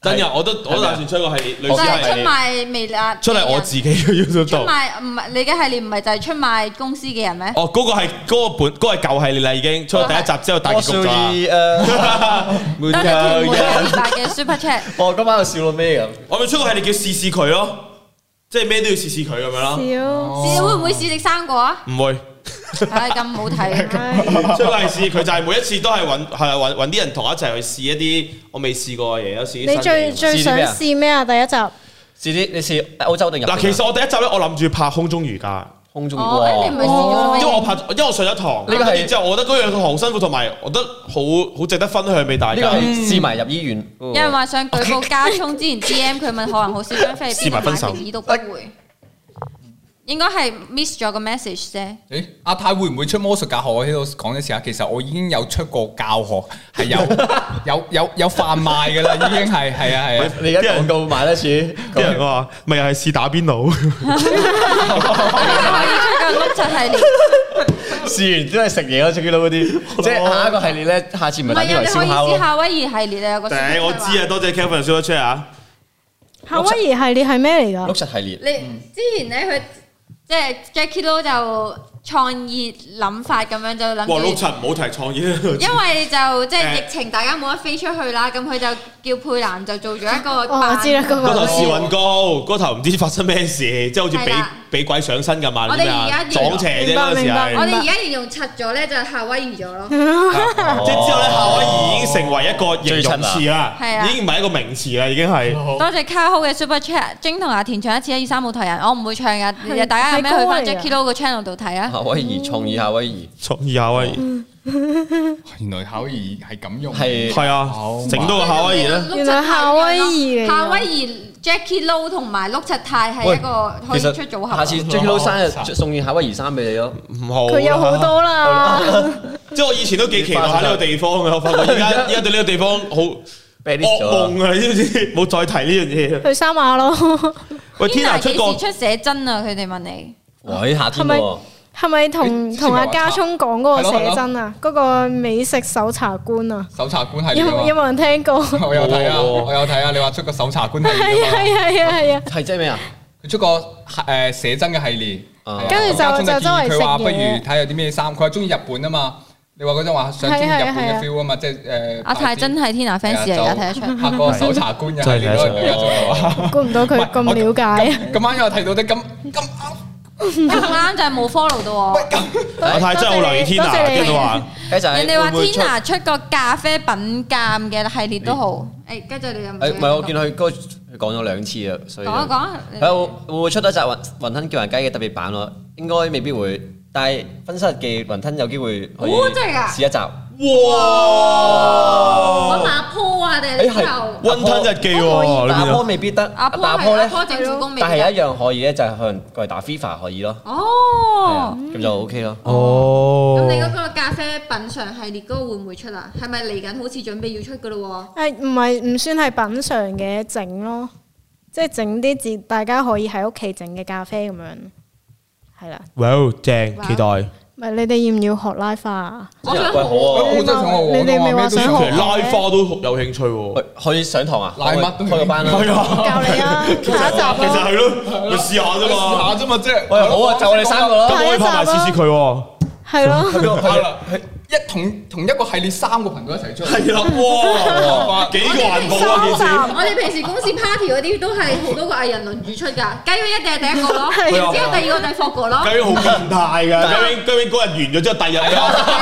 B: 真嘅，我都我都打算出一個系列，
A: 就
B: 類似
A: 係
B: 係
A: 出賣微辣，
B: 出嚟我自己嘅 YouTube
A: 出
B: 度。
A: 賣唔係你嘅系列，唔係就係出賣公司嘅人咩？
B: 哦，嗰個係嗰個本嗰個係舊系列啦，已經出咗第一集之後大
C: 我
B: 結局
C: 笑
B: 咗啦。
A: 多
B: 啊
C: 二
A: 謝屯門人大 嘅 super chat，
C: 誒，我哦今晚我笑到咩咁？
B: 我咪出個系列叫試試佢咯，即係咩都要試試佢咁樣啦。哦
D: 少，
A: 你會唔會試食生果啊？
B: 唔會。
A: 唉，咁好 睇，
D: 唉，
B: 出嚟試，佢就係每一次都係揾係啦揾揾啲人同我一齊去試一啲我未試過嘅嘢，有時
D: 你最最想試咩啊？第一集
C: 試啲你試歐洲定日本啊？
B: 嗱，其實我第一集咧，我諗住拍空中瑜伽，
C: 空中
A: 哦，誒你唔係
C: 喎，
A: 試
B: 因為
A: 咗
B: 我
A: 咩？
B: 拍，因為我上咗堂，
C: 呢個係
B: 跟住之後，我覺得嗰樣堂好辛苦，同埋我覺得好好值得分享俾大
C: 呢個
B: 家
C: 係。試埋入醫院。
A: 有人話想舉報加 聰之前 DM 佢問可能好少張飛，
B: 試埋分手
A: 邊個買都不回，應該係 miss 咗個 message 啫。
E: 誒，阿泰會唔會出魔術教學？我喺度講一次啊，其實我已經有出過教學，係有 有有有販賣㗎啦，已經係係啊係啊，
C: 你而家廣告買 得似？
B: 啲人話咪又係試打邊爐，
A: 可以出個碌柒系列，
C: 試完都係食嘢咯，最到嗰 啲。即係下一個系列咧，下次唔
A: 唔
C: 係等
A: 係
C: 於
A: 啊，
C: 嚟
A: 你可
C: 燒
A: 以
C: 烤
A: 試
C: 咯。
A: 夏威夷系列啊，有個
B: 頂我知啊，。多謝 Kevin 說得出啊。
D: 夏威夷系列係咩嚟
C: 碌
D: 㗎？
C: 柒系列，
B: 嗯
A: 你之前咧，佢即係 Jackie Lou 就創意諗法咁樣就
B: 哇，六
A: 諗住，
B: 七唔好提創意。
A: 因為就即係
B: 誒
A: 疫情，大家冇得飛出去啦，咁佢就叫佩蘭就做咗一個
D: 哦，我
A: 扮
D: 知啦，嗰
B: 嗰頭
D: 個
B: 試運高，嗰頭唔知發生咩事，即係好似俾
A: 係啦
B: 俾鬼上身咁嘛，
A: 我哋而家
B: 你知唔知啊撞邪啫
D: 明白
B: 嗰陣時
D: 明白
B: 係
A: 我。哋而家形容拆咗咧，就係夏威夷咗咯。
B: 即係之後咧，夏威夷已經成為一個形
C: 最
B: 容
C: 親
B: 詞啦，
A: 係啊
B: 已經唔係一個名詞啦，已經係。
A: 多謝卡好嘅 Super Chat，晶同阿田唱一次一二三舞台人，我唔會唱噶，大家有咩去翻
D: 係啊歌嚟㗎
A: Jackie Lou 個 channel 度睇啊？
C: 夏威夷創意夏威夷
B: 創意夏威夷
E: 原來考兒係咁用，
C: 係
B: 係啊
E: 好，
B: 整到個夏威夷啦。
A: 碌柒
D: 原來夏威夷嚟㗎
A: 啊夏威夷 Jackie Lou 同埋碌柒泰係一個可以出組合。
C: 下次 Jacky Lou 生日送件夏威夷衫俾你咯。
B: 唔好。
D: 佢有 好。多啦，
B: 即係我以前都幾期待下呢個地方嘅，我發覺而 家而家對呢個地方好
C: 噩
B: 噩夢啊！你知唔知？冇再提呢樣嘢。
D: 去三亞咯，
B: 喂
A: t i
B: ，Tina
A: n 幾
B: 出過
A: 時出寫真啊？佢哋問你，
C: 喂，夏天
D: 係咪
C: 喎，
D: 係咪同
E: 你之前
D: 同阿
E: 話
D: 家聰講嗰個
E: 係咯係咯
D: 寫真啊？嗰個美食搜查官啊，
E: 搜查官係
D: 有
E: 列
D: 冇有
E: 啊嘛，
D: 冇人聽過？ 係
E: 我有睇啊，
B: 冇喎
E: 我有睇啊，你話出個搜查官系
D: 啊
E: 列啊嘛，
D: 哦係啊係啊！
C: 係即係咩啊？
E: 佢出個誒寫真嘅系列，
C: 啊
E: 係啊
D: 跟住就
E: 家聰
D: 就周圍
E: 建議佢話
D: 食
E: 不如
D: 嘢
E: 睇下有啲咩衫，佢話中意日本啊嘛，你話嗰陣話想中意日本
D: 係啊係
E: 嘅
D: 啊
E: feel 啊嘛，即係誒
A: 阿泰真係 Tina fans
E: Dạ,
A: Dạ, 啊，而家睇得出。
E: 拍個搜查官嘅系列咯，
B: 真係睇
E: 而家仲話。
D: 估唔到佢咁了解，
E: 今晚又睇到啲咁咁啱，
A: 咁啱就係冇 follow 到我。
B: 我太真係好留意
D: 多謝
B: Tina，
D: 你
B: 跟住話
C: 雞仔
A: 人哋話啊
C: 會唔會出
A: Tina 出個咖啡品鑑嘅系列都好。誒，跟住你又唔
C: 誒唔係，我見佢嗰佢講咗兩次啊，所以
A: 講一講啊你
C: 係啊會會唔會出多集雲雲吞叫人雞嘅特別版咯？應該未必會，但係分身日記雲吞有機會可以
A: 哦真係㗎
C: 試一集。
A: 講
B: 哇，
A: 阿坡啊，定係
C: 誒
A: 你之後
C: 係
B: 温吞日記喎，你
C: 打
B: 邊
C: 波
B: 度？
C: 未必得，
A: 阿坡
C: 打
A: 係
C: 波
A: 阿
C: 咧，
A: 坡政府工未
C: 但係有
A: 得？
C: 一樣可以咧，就係可能過嚟打 FIFA 可以咯，係啊
A: 哦。
C: 咁就 OK 咯。
B: 哦
A: 咁你嗰個咖啡品嚐系列嗰個會唔會出啊？係咪嚟緊好似準備要出噶咯
D: 誒唔 係唔算係品嚐嘅整咯，即係整啲自大家可以喺屋企整嘅咖啡咁樣，係啦，
B: 哇，正，期待。
D: 唔係你哋要唔要學拉花啊？
A: 我想
C: 喂好
B: 哦
C: 啊
E: 喂我真係想學喎
D: 你哋咪話想
B: 其
D: 學
B: 實拉花都有興趣喎。
C: 去去上堂啊，
E: 拉乜都
C: 開個班啦。
B: 係啊，
D: 教你啊，下一集
B: 其實
D: 咯。
B: 係咯，咪試下啫嘛。
E: 啫嘛，即係
C: 喂好啊，就你三個
B: 咁
C: 啦。
D: 下
B: 我
D: 一
B: 可以
D: 集
B: 拍埋試試佢喎。
D: 係咯，
E: 係啦，係一同同一個系列三個朋友一齊出嚟，
B: 係啦，哇，啊 幾環保啊件事。
A: 我哋平時公司 party 嗰啲都係好多個藝人輪住出㗎，雞 wing 一定係第一個咯，
C: 啊
A: 然之後第二個就係霍哥 咯。
B: 究竟好變態㗎，究竟究竟嗰日完咗之後，第二日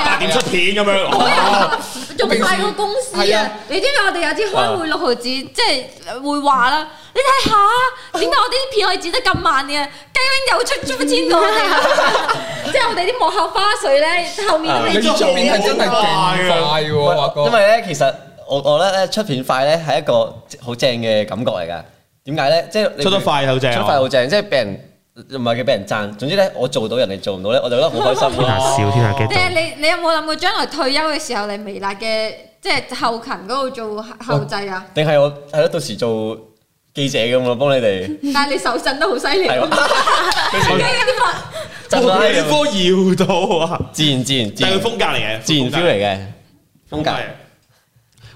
B: 八點出片咁樣。哦
A: 哎仲快過公司
E: 係
A: 啊
E: 啊！
A: 你知唔知我哋有次開會六毫子，即係會話啦。你睇下點解我啲片可以剪得咁慢嘅？雞 wing 又出出千 過我哋啦，即係我哋啲幕後花絮咧，後面都未
E: 你
A: 做
E: 啊出
A: 好
E: 片係真係勁快嘅喎，華哥。
C: 因為咧，其實我我覺得咧出片快咧係一個好正嘅感覺嚟㗎。點解咧？即係你
B: 出得快好正啊
C: 出快好正，即係俾人唔係嘅俾人讚。總之咧，我做到人哋做唔到咧，我就覺得好開心啊咯。
G: 笑天下幾
A: 即係你你有冇諗過將來退休嘅時候，你微辣嘅即係後勤嗰度做後製啊？
C: 定係我係咯，到時做記者咁咯，幫你哋
A: 但係你手震得好犀利，
C: 係
A: 跟
C: 喎
A: 住啲話
C: 震啦
B: 你
C: 咁
B: 科搖到啊！
C: 自然自然自
B: 但係
C: 然
B: 佢風格嚟嘅，
C: 自然 feel 嚟嘅風
B: 係
C: 格。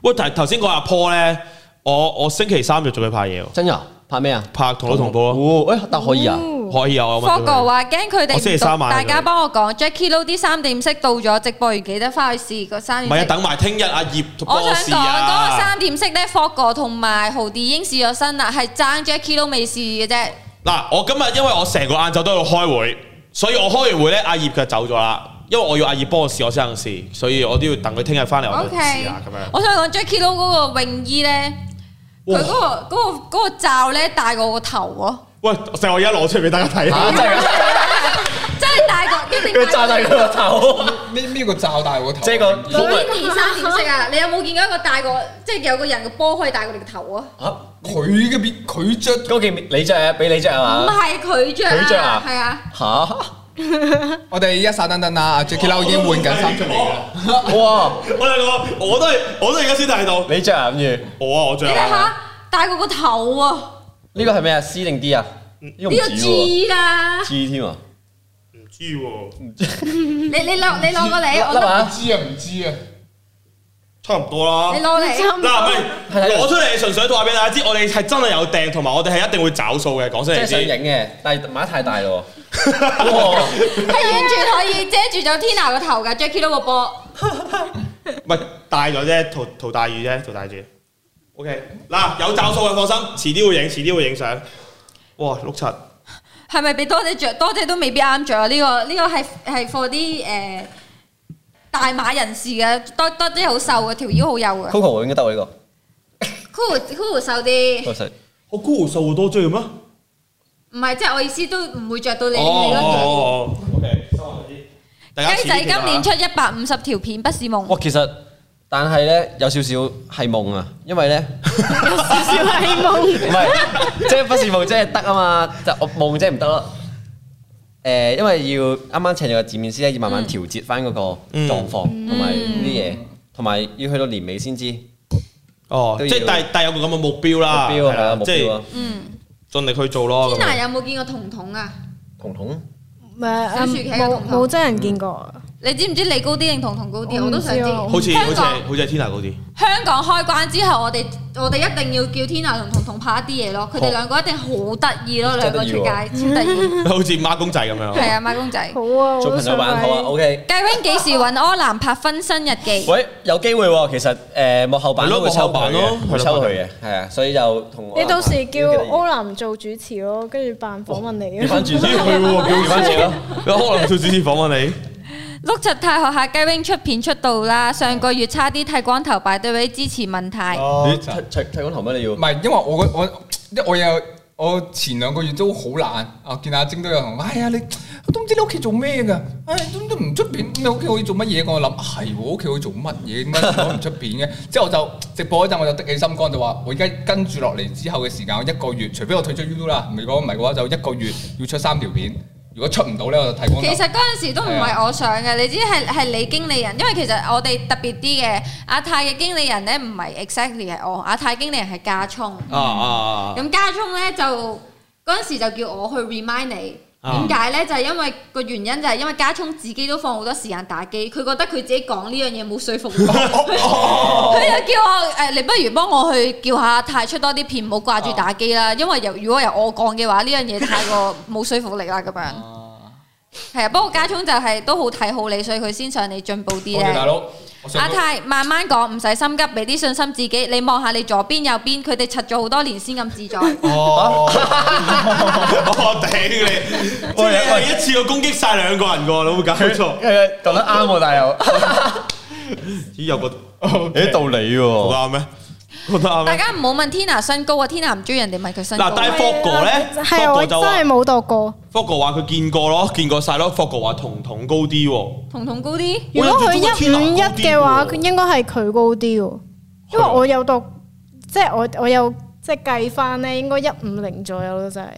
B: 喂，但係頭先講阿 Paul 咧，我我星期三就準備拍嘢喎，
C: 真㗎拍咩啊？
B: 拍同老同步咯，
C: 哦，誒，但可以啊。
B: 可以啊，我
A: 科
B: 問
A: 哥
B: 佢。
A: 話驚佢哋
B: 我星期
A: 唔
B: 三
A: 讀，
B: 晚啊
A: 大
B: 係
A: 家
B: 咪
A: 幫我講 Jackie Lou 啲三點式到咗，直播完記得翻去試個三
B: 唔係啊，
A: 點式。
B: 等埋聽日阿葉同
A: 我想
B: boss
A: 講嗰個
B: 啊
A: 三。點式咧，科哥同埋豪迪已經試咗身啦，係爭 Jackie Lou 未試嘅啫。
B: 嗱，我今日因為我成個晏晝都喺度開會，所以我開完會咧，阿葉就走咗啦。因為我要阿葉幫我試我先肯試，所以我都要等佢聽日翻嚟我
A: O
B: 就試
A: K，
B: 下咁樣。
A: 我想講 Jackie Lou 嗰個泳衣咧，佢嗰個嗰個嗰個罩咧大過我個頭喎。
B: 喂，成我而家攞出嚟俾大家睇下。
C: 啊，真係㗎
A: 真係大個，一定
C: 佢
A: 大
C: 炸大佢個頭，
E: 咩咩個罩大個頭，
C: 即係個
A: 過。Vinny 三點式啊！你有冇見過一個大過，即係有個人嘅波可以大過你個頭啊？
C: 嚇
E: 佢嘅邊佢着
C: 嗰件你着啊，俾你着啊
A: 唔
C: 嘛？
A: 係佢着
C: 佢着啊
A: 係啊，
C: 嚇！
E: 我哋一剎等等啦，Jackie Lau 已經換緊衫出嚟啦。
C: 哇！
B: 我哋個我都係我都而家先睇到，
C: 你着啊諗住
B: 我啊我
A: 你
B: 最
A: 睇
B: 啱。
A: 下大過個頭啊！
C: 呢個係咩啊？C 定 D 啊？呢個唔
A: 呢個
C: 止喎
A: 字啦，
C: ，G 添啊！
B: 唔知喎，
A: 你你攞你攞過嚟，我
C: 得
A: 都
C: 嘛？
E: 知啊，唔知啊，
B: 差唔多啦
A: 你。攞嚟。
B: 嗱，唔
C: 係
B: 係
C: 睇
B: 攞出嚟，純粹話俾大家知，我哋係真係有訂，同埋我哋係一定會找數嘅。講聲
C: 即係
B: 你
C: 想
B: 知，
C: 影嘅，但係碼太大咯喎。哇！
A: 係完全可以遮住咗 Tina 個頭㗎，Jackie 都個波。
B: 唔係大咗啫，陶陶大宇啫，陶大宇。OK，嗱有找數嘅，放心，遲啲會影，遲啲會影相。哇，六七，
A: 係咪俾多姐着？多姐都未必啱着啊！呢個呢個係係 for 啲誒大碼人士嘅，多多姐好瘦嘅，條腰好幼嘅
C: Coco 應該得喎呢
A: ，cool cool 瘦啲
C: 個，老。實
B: 我高數多追嘅咩？
A: 唔係，即係我意思都唔會着到你
B: 哦
A: 你
B: 哦
A: 嗰
B: 哦，OK，收我知。大家
A: 件。
B: 遲啲
A: 雞仔
B: 見啊
A: 今
B: 啦
A: 年出一百五十條片，不是夢。
C: 哇，其實但係咧有少少係夢啊，因為咧
D: 有少少係夢。
C: 唔係即係不是夢，即係得啊嘛，就我夢即係唔得咯。誒，因為要啱啱請咗個字面師咧，要慢慢調節翻嗰個狀況同埋呢啲嘢，同埋要去到年尾先知目
B: 哦，即
C: 都
B: 係
C: 要
B: 但係但係有個咁嘅目標啦，
C: 標
B: 係
C: 係啊，目
B: 即
C: 標啊
B: 係。
A: 嗯
B: 盡力去做咯。咁樣
A: ，Tina 有冇見過彤彤啊？
C: 彤彤
D: 唔係啊
A: 小薯茄嘅
D: 冇
A: 同學
D: 冇真人見過，
A: 你知唔知你高啲定彤彤高啲？
D: 我
A: 我
D: 唔知
A: 都
D: 啊
A: 想知。
D: 我
B: 好似好
A: 香
B: 似
A: 港
B: 係好似係 Tina 嗰啲，
A: 香港開關之後，我哋我哋一定要叫 Tina 同彤彤拍一啲嘢咯。佢哋兩個一定好得意咯，兩
C: 真
A: 個
C: 得
A: 出
C: 意
A: 街
C: 喎
A: 超得意。
B: 好似孖公仔咁
A: 嗯係
B: 樣。
A: 啊，孖公仔。
D: 好啊，我
C: 做朋
D: 都
C: 友
D: 想
C: 玩好啊
D: 睇。
C: ，OK。
A: 繼 wing 幾時揾柯南拍《分身日記》？
C: 喂，有機會喎，其實誒幕後版都會抽
B: 係咯幕後
C: 佢
B: 版
C: 嘅，
B: 咯
C: 會抽佢嘅，係啊，所以就同我
D: 你到時叫柯
C: 我
D: 南做主持咯，跟住扮訪問你啊
C: 調翻轉先，
B: 佢 喎
C: 調翻轉咯，
B: 你可能做主持訪問你，
A: 碌柒太學下雞 wing 出片出道啦！上個月差啲剃光頭排隊位支持問題。
C: 你
E: 哦
C: 剃剃剃光頭咩？你要
E: 唔係，因為我個我因為我有我前兩個月都好懶啊，見阿晶都有同我，哎呀你都唔知你屋企做咩㗎，哎都都唔出片，你屋企可以做乜嘢㗎？我諗啊係喎，屋企可以做乜嘢？點解我唔出片嘅？ 之後我就直播嗰陣我就的起心肝就話，我而家跟住落嚟之後嘅時間，我一個月，除非我退出 YouTube 啦，如果唔係嘅話就一個月要出三條片，如果出唔到咧我就剃光
A: 其
E: 頭。
A: 實嗰陣時啊都唔係
B: 啊
A: 我想嘅，你知係係你經理人，因為其實我哋特別啲嘅阿泰嘅經理人咧，唔係 exactly 係我，阿泰經理人係家聰。
B: 啊啊啊！
A: 咁家聰咧就嗰陣時就叫我去 remind 你，
B: 啊
A: 點解咧？就係因為個原因就係因為家聰自己都放好多時間打機，佢覺得佢自己講呢樣嘢冇說服 力，
B: 哦
E: 哦
A: 佢就叫我誒，你不如幫我去叫下太出多啲片，唔好掛住打機
E: 哦
A: 啦。因為由如果由我講嘅話，呢樣嘢太過 冇說服力啦咁樣。
E: 哦
A: 係啊，不過家聰就係都好睇好你，所以佢先想你進步啲
E: 我哋
A: 咧。
E: 大佬，我上
A: 阿
E: 到
A: 泰慢慢講，唔使心急，俾啲信心自己。你望下你左邊右邊，佢哋柒咗好多年先咁 自在。
B: 啊
E: 哦，
B: 我頂你！即係你係一次過攻擊晒兩個人㗎，你有冇搞錯？
C: 誒講得啱喎，但係 又
B: 咦，有個
C: 有啲道理
B: 哦好
C: 喎。
B: 啱咩？覺得啱
A: 大
B: 咩？
A: 家唔好問 Tina 身高啊，Tina 唔中意人哋問佢身高
B: 嗱，。但係 f o g 咧 f
D: 啊係啊
B: o
D: 我
B: g
D: 真
B: 就話
D: 係冇讀過。
B: f o g 話佢見過咯，見過晒咯。f o g 話彤彤高啲喎。
A: 彤彤高啲，
D: 如果佢一五一嘅話，
B: 我
D: 佢
B: 有
D: 應該係佢高啲喎，因為我有讀，即係我我有即係計翻咧，應該一五零左右咯，真係。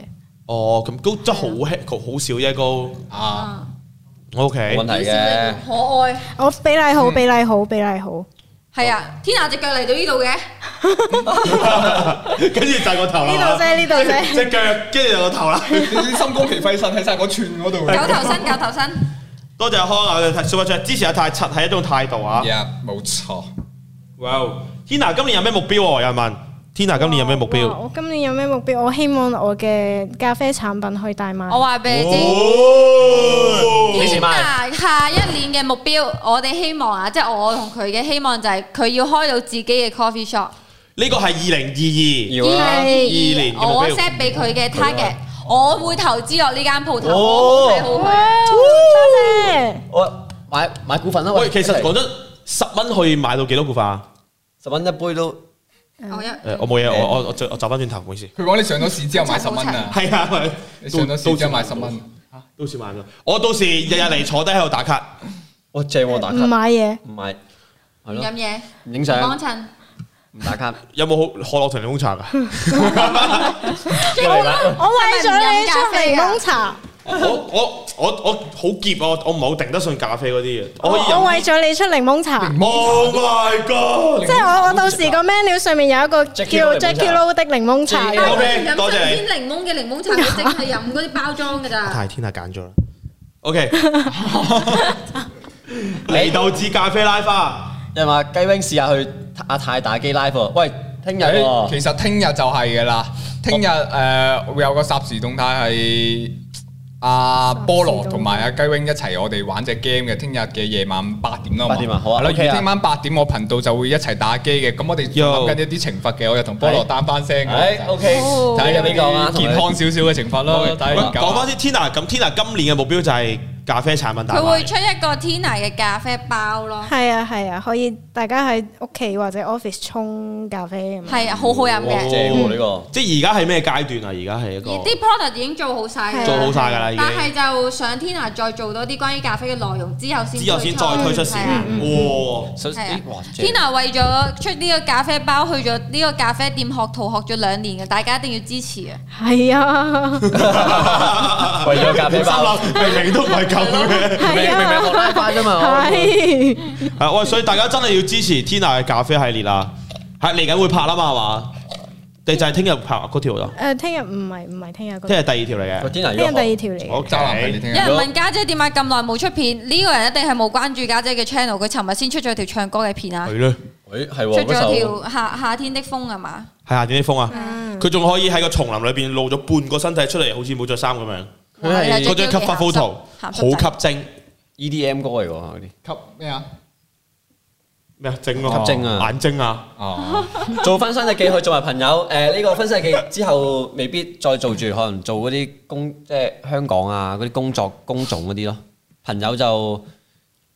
B: 哦，咁高真係好 h 好少啫高。
E: 啊，
B: O
C: 冇
B: K，
C: 問題
A: 小
C: 嘅
A: 玲。可愛。
D: 我比例
C: 嗯
D: 好，比例好，比例好。
A: 係啊，Tina 只腳嚟到呢度嘅，
B: 跟住就係個頭啦。
D: 呢度啫呢度啫
B: 只腳跟住就個頭啦。
E: 哎你心高脾肺腎喺晒嗰串嗰度。
A: 九頭身，九頭 身。
B: 多謝康啊，睇 super chat 支持阿泰，柒係一種態度啊。
E: 呀，冇錯。
B: 哇，Tina 今年有咩目標喎？有人問 Tina 今年有咩目標
D: 哇？我今年有咩目標？我希望我嘅咖啡產品去大賣。
A: 我話俾你知。
B: 哦
C: 幾時賣
A: Tina 下一年嘅目標，我哋希望啊，即係我同佢嘅希望就係佢要開到自己嘅 coffee shop。
B: 呢個係二零二
C: 要
A: 二零
B: 啊
C: 啦，
A: 二二，
B: 年嘅目標啊
A: 我 set 俾佢嘅 target，我會投資落呢間鋪頭，
C: 哦
A: 我好睇好
D: 哇
A: 佢。
D: 多謝。
C: 我買買股份啦。
B: 二。喂，其實講真，十蚊可以買到幾多股份啊？
C: 十蚊一杯都
A: 我一
B: 誒，我冇嘢，我我我我走翻轉頭，唔好意思。
E: 佢講你上咗市之後買十蚊啊，
B: 係啊，喂
E: 你上咗市之後買十。
B: 到
E: 蚊，
B: 到時買咗，我到時日日嚟坐低喺度打卡。
C: 哇正喎打
D: 唔啊
C: 卡，
D: 買嘢，
C: 唔買係
A: 唔
C: 咯
A: 飲，嘢，
C: 唔影
A: 唔幫
C: 相
A: 襯。
C: 唔打卡。
B: 有冇好可樂同檸檬茶㗎？
C: 過嚟啦！
D: 我為咗你出檸
A: 係咪唔飲咖啡㗎
D: 檬茶，
B: 我我我我好澀啊！我我唔係好頂得順咖啡嗰啲嘢。
D: 我
B: 我可以飲
D: 我為咗你出檸檬茶，
B: Oh my god！
D: 即係我我到時個 menu 上面有一個叫
C: Jackie Lou 檸檬茶
D: Jackie Lou 的檸檬茶嘅，
B: 哎好 OK，
A: 飲
B: 多謝你
A: 新鮮檸檬嘅檸檬茶，佢淨係飲嗰啲包裝㗎咋。
B: 太天下揀咗啦。OK，嚟到至咖啡拉花，
C: 有人話雞 wing 試下去阿泰打機 live 喎。喂，聽日啊
E: 誒
C: 喎，
E: 哎其實聽日就係嘅啦，聽日誒會有個霎時動態係阿菠蘿同埋阿雞 wing 一齊，我哋玩只 game 嘅。聽日嘅夜晚八點啦，
C: 八點啊好啊
E: 係啦，
C: OK 啊
E: 而聽晚八點我頻道就會一齊打機嘅。咁我哋諗緊一啲懲罰嘅，我就同菠蘿擔翻聲嘅。
C: 誒 OK，
A: 哦
C: 哎睇
E: 睇
C: 下
E: 下
C: 邊個啊？
E: 健康少少嘅懲罰啦
C: OK，，
E: 大
B: 喂
C: 好
E: 家研究下
B: 講翻啲 Tina，咁 Tina 今年嘅目標就係咖啡產品大
A: 佢會
B: 賣。
A: 出一個 Tina 嘅咖啡包咯，
D: 係啊係啊，可以大家喺屋企或者 office 沖咖啡咁樣。
A: 係好好飲
B: 哦
A: 嘅。
C: 正喎呢個。
B: 即係而家係咩階段啊？而家係一
A: 而
B: 個
A: 啲 product 已經做好晒
C: 啊
A: 㗎啦，
D: 係
B: 做好晒㗎啦，已
A: 但係
B: 經
A: 就上 Tina 再做多啲關於咖啡嘅內容之後先
B: 之後先再推出市
A: 係啊
B: 面。哇！
C: 首
A: 係啊
C: 咦嗯哇正
A: Tina 為咗出呢個咖啡包，去咗呢個咖啡店學徒學咗兩年嘅，大家一定要支持啊！
D: 係啊，
C: 為咗咖啡包，
B: 心諗明明都唔係咁嘅。
C: 明明
D: 係
C: 明學拉
D: 啊，
C: 花啫嘛。
D: 係
B: 係啊喂，所以大家真係要支持 Tina 嘅咖啡系列啦。係嚟緊會拍啦嘛，係嘛？你就係聽日拍啊嗰條啦，
D: 誒，聽日唔係唔係聽日嗰
B: 聽
D: 個，
B: 日第二條嚟
C: 個
B: 嘅。
C: 天啊，
D: 聽日第二
C: 呢
D: 條嚟嘅。
B: 好，
E: 渣男嚟啊你
C: 嗯
E: 聽
A: 有
E: 下
A: 人問家姐點解啊咁耐冇出片？呢個人一定係冇關注家姐嘅 channel，佢尋日先出咗條唱歌嘅片啊，
B: 係咯，
C: 個誒係
A: 出
C: 喎
A: 咗
C: 嗰首。
A: 條夏夏天的風係嘛？
B: 係夏天啲風
D: 嗯
B: 啊！佢仲可以喺個叢林裏邊露咗半個身體出嚟，好似冇着衫咁樣。
C: 佢係
B: 嗰張吸發 photo 好吸睛
C: EDM 歌嚟喎嗰啲。
E: 吸咩啊？
B: 咩啊？睛
C: 吸睛啊
B: 眼睛啊！
E: 哦，
C: 做婚生日記去做埋朋友，誒、呢、個婚生日記之後未必再做住，可能做嗰啲工，即係香港啊嗰啲工作工種嗰啲咯。朋友就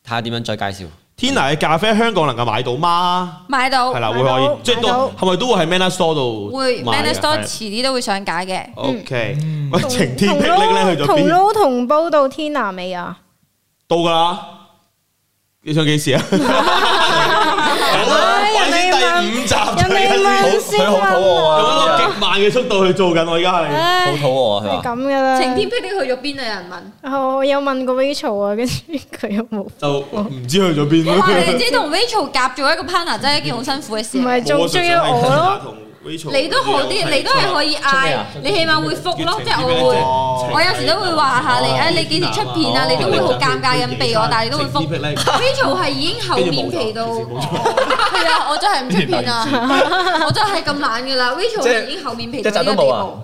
C: 睇下點樣再介紹。
B: Tina 嘅咖啡香港能夠買到嗎？
A: 買到
B: 係啦，會
D: 哦買
B: 可
D: 到
B: 以，即係都
D: 買到
B: 係咪都會喺 Manner Store 度
A: 會 m a
B: 買
A: n a
B: 嘅
A: s t o r
B: 係
A: e 遲啲都會上架嘅。
B: O K，喂，
D: 嗯同
B: 晴天霹靂咧去咗
D: 同
B: 邊？
D: 撈同煲到天南未啊？
B: 到㗎啦！你想幾時 啊？好啊，
D: 哎
B: 我
D: 人哋
B: 哋第五集
D: 人
B: 就
D: 哋
B: 係
D: 問先啊！
B: 用一個極慢嘅速度去做緊，我而家係
C: 好
D: 唉
C: 肚餓啊，佢
D: 係
C: 話。
D: 咁噶啦。
A: 晴天霹靂去咗邊啊？有人問。
D: 哦，我有問過 Rachel 啊，跟住佢又 冇，唔
B: 就唔知去咗邊
A: 哇！你
B: 啦。
A: 知同 Rachel 夾做一件好辛苦嘅事。啊
D: 係仲
B: 我
D: 仲
B: 純粹
D: 要
B: 係
D: 我咯，
B: 同
A: 你都好啲，你都係可以嗌，你起碼會覆咯，即係我會，我有時都會話下你，誒你幾時出片啊？你都會好尷尬咁避我，但係你都會覆。Rachel 係已經後面皮到， 係啊，我真係唔出片啊，我真係咁懶噶啦。Rachel 係已經後面皮到呢個地
C: 啊
A: 步。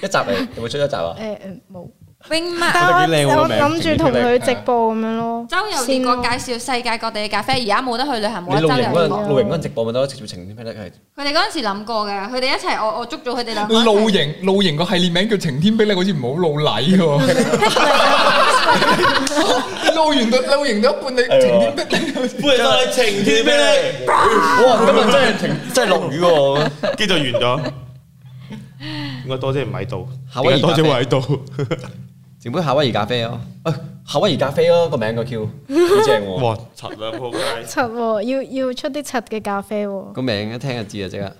C: 一集嚟，有冇出一集啊？
D: 誒誒冇，
A: Wing Mark
D: 但
C: 都幾靚
D: 係
C: 喎
D: 我我
C: 名
D: 諗住同佢直播咁樣咯。
A: 周遊列國介紹世界各地嘅咖啡，而家冇得去旅行，
C: 你
A: 冇得
C: 露
A: 周
C: 營
A: 遊
C: 嗰
A: 列
D: 個
A: 國。
C: 陣，露營嗰陣直播咪得咯，直接晴天霹靂係。
A: 佢哋嗰陣時諗過嘅，佢哋一齊，我我捉咗佢哋兩個一齊。
E: 露營露營個系列名叫晴天霹靂，好似唔好露禮喎。露完到露營到一半，你晴天霹靂好似
B: 歡迎收睇晴天霹
C: 哇！今日真係停， 真係落雨喎。
B: 靂，跟住就完咗。應該多姐唔喺度，
C: 夏威夷
B: 點解多姐
C: 咖
B: 會
C: 啡
B: 喺度。
C: 整杯夏威夷咖啡咯，誒夏威夷咖啡咯個名個叫，幾正喎。
B: 哇！柒啦仆街，
D: 柒喎，要要出啲柒嘅咖啡喎。
C: 個名一聽就知啊，即刻。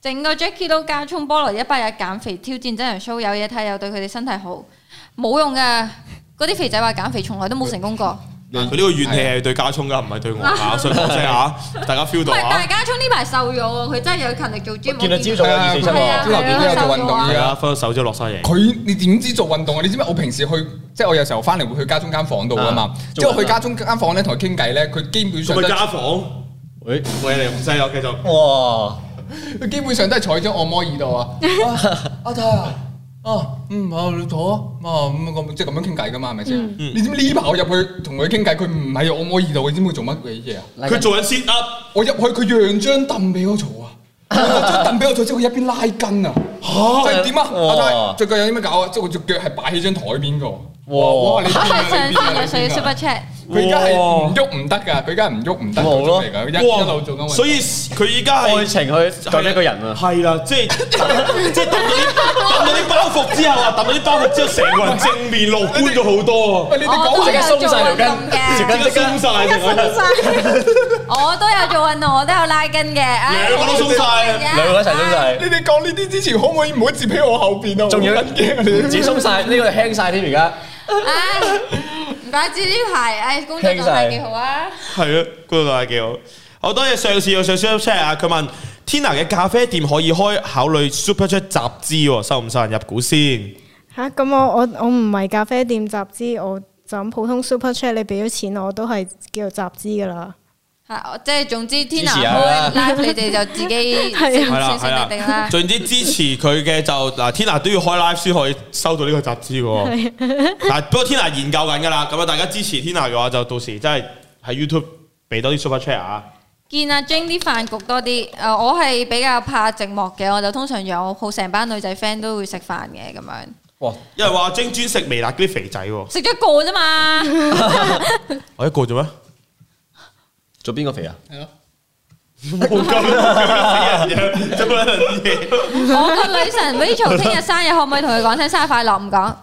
A: 整個 Jackie 都加衝菠蘿一百日減肥挑戰真人 show 有嘢睇又對佢哋身體好，冇用嘅。嗰啲肥仔話減肥從來都冇成功過。
B: 佢呢個怨氣係對家聰噶，唔係對 我啊！我想講聲啊，大家 feel
A: 唔
B: 到
A: 係，但
B: 啊
A: 係！家聰呢排瘦咗喎，佢真係有勤力做 gym。
C: 見到
A: 我見
C: 朝早
E: 係啊
C: 二四七
A: 係啊
E: 朝
C: 喎，
E: 頭早都有做運動
B: 大
E: 而
B: 家
E: 家。
B: 分咗啊手之後落晒營，
E: 佢你點知做運動啊？你知唔知我平時去即係我有時候翻嚟會去家中間房度噶嘛
C: 啊？
E: 即係我去家中間房咧同佢傾偈咧，佢基本上
B: 咪
E: 都
B: 家房。
C: 喂，
B: 喂，你唔使啦，繼續。
C: 哇！
E: 佢基本上都係坐喺張按摩椅 度啊。阿太啊，啊嗯啊你坐啊，啊咁咁即係咁樣傾偈噶嘛係咪先？
A: 嗯
E: 你知唔知呢排我入去同佢傾偈，佢唔喺按摩椅度，你知唔知佢做乜鬼嘢啊？
B: 佢做緊 sit up，
E: 我入去佢讓張凳俾我坐啊！佢張凳俾我坐，即係佢一邊拉筋啊！即係點啊？
C: 哇
E: 阿太最近有啲咩搞啊？即係我隻腳係擺喺張台邊個。
C: 哇
E: 你邊
A: 上
E: 啊你邊啊
A: 線嘅所以
E: 你邊啊
A: Super Chat，
E: 佢而家係唔喐唔得噶，佢而家唔喐唔得嗰種嚟噶，佢一一路做緊運動。
B: 所以佢依家係
C: 愛情去救一個人啊！
B: 係啦，即係即係揼咗啲揼咗啲包袱之後啊，揼咗啲包袱之後，成個人正面樂觀咗好多啊！
E: 喂，你哋講
A: 我
E: 成
A: 都
E: 日
A: 有
E: 鬆
A: 做
E: 曬
A: 運
E: 條
A: 動
E: 筋，
A: 嘅，
B: 即刻鬆晒成個人，
A: 我都有做運動，我都有拉筋嘅。唉
B: 兩個都鬆晒啊！
C: 兩個一齊鬆晒，
E: 你哋講呢啲之前可唔可以唔好接喺我後邊啊？
C: 仲要
E: 我好撚驚啊你
C: 唔止鬆晒，呢個輕晒添而家。
A: 唉，唔怪之呢排唉工作狀態幾好啊！
B: 係啊，嗰度係幾好。好多謝上次有上 Super Chat 啊，佢問 Tina 嘅咖啡店可以開考慮 Super Chat 集資喎，收唔收人入股先？
D: 嚇，咁我我我唔係咖啡店集資，我就咁普通 super chat，你俾咗錢我都係叫做集資噶啦。
A: 係，即係總之天南
C: 支持
A: 妹
C: 啊
A: live 你哋就自己
D: 係啊
A: 先
B: 係啦
A: 先
B: 係
A: 定定啦
B: 啦，。總之支持佢嘅就嗱，Tina 都要開 live 先可以收到呢個集資喎。嗱，不過 Tina 研究緊㗎啦，咁啊大家支持 Tina 嘅話，就到時真係喺 YouTube 俾多啲 super chat 啊。
A: 見阿 Jane 啲飯局多啲，誒、呃我係比較怕寂寞嘅，我就通常有好成班女仔 friend 都會食飯嘅咁樣，
C: 哇！
B: 因為話精專食微辣嗰啲肥仔喎，
A: 食咗一個啫嘛，
B: 我一個做咩？
C: 做邊個肥啊？
E: 係咯，
B: 冇咁冇咁死人樣，做乜嘢？
A: 我個女神 Rachel 聽日生日可唔可以同佢講聲生日快樂？唔講，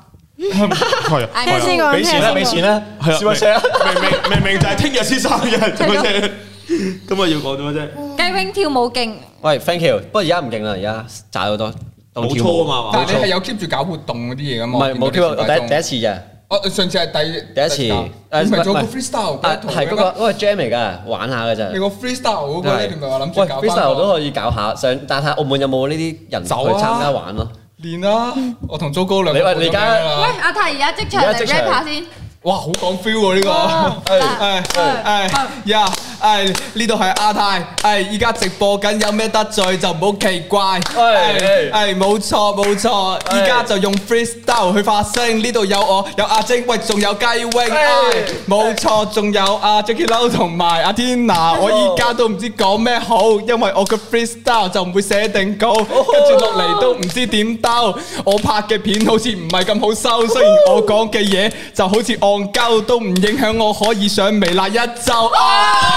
B: 係啊，
D: 聽先
A: 係啊
D: 講，
C: 俾
D: 聽
C: 錢
D: 先
C: 啦，俾錢
D: 講。
C: 啦，
B: 係啊
C: 燒一聲啦！
B: 明明明明就係聽日先生日，做乜啫？今啊日要講做乜啫？
A: 雞 wing 跳舞勁，
C: 喂，thank you，不過而家唔勁啦，而家炸好多，當
B: 冇
C: 跳
B: 粗
C: 舞
B: 啊嘛啊係
E: 但
B: 嘛，
E: 係你係有 keep 住搞活動嗰啲嘢噶
C: 唔
E: 嘛？
C: 係冇跳
E: 我
C: 舞，
E: 見
C: 我
E: 到你
C: 第第
E: 食飯
C: 一次咋。
E: 中哦，上次係第
C: 第一次，誒
E: 你咪做個
C: 唔係
E: freestyle
C: 啊
E: 嗰
C: 係嗰個嗰個 jam 嚟㗎，玩下㗎咋。
E: 你個 freestyle 嗰個咧，你咪話諗住搞
C: 喂
E: 翻
C: freestyle 都
E: 個
C: 可以搞下，想但係澳門有冇呢啲人去參加玩啊咯？
E: 練啦。我同糟糕兩個
C: 你喂你而家
E: 報咗名
A: 喂
E: 啦
A: 阿泰而家即場嚟
C: 而家
A: rap
C: 即場
A: 下先，
E: 哇，好講 feel 喎呢
C: 啊
E: 個。
A: 嗱
E: 誒誒誒哎呀！誒呢度係阿泰，誒依家直播緊，有咩得罪就唔好奇怪。誒
C: 哎
E: 誒冇錯冇錯，
C: 哎
E: 依家就用 freestyle 去發聲。呢度有我，有阿晶，喂仲有雞 wing，
C: 哎
E: 哎冇錯，仲有阿 Jackie Lau 同埋阿 Tina。我依家都唔知講咩好，因為我嘅 freestyle 就唔會寫定稿，跟住落嚟都唔知點兜。我拍嘅片好似唔係咁好收，雖然我講嘅嘢就好似戇鳩，都唔影響我可以上微辣一周。啊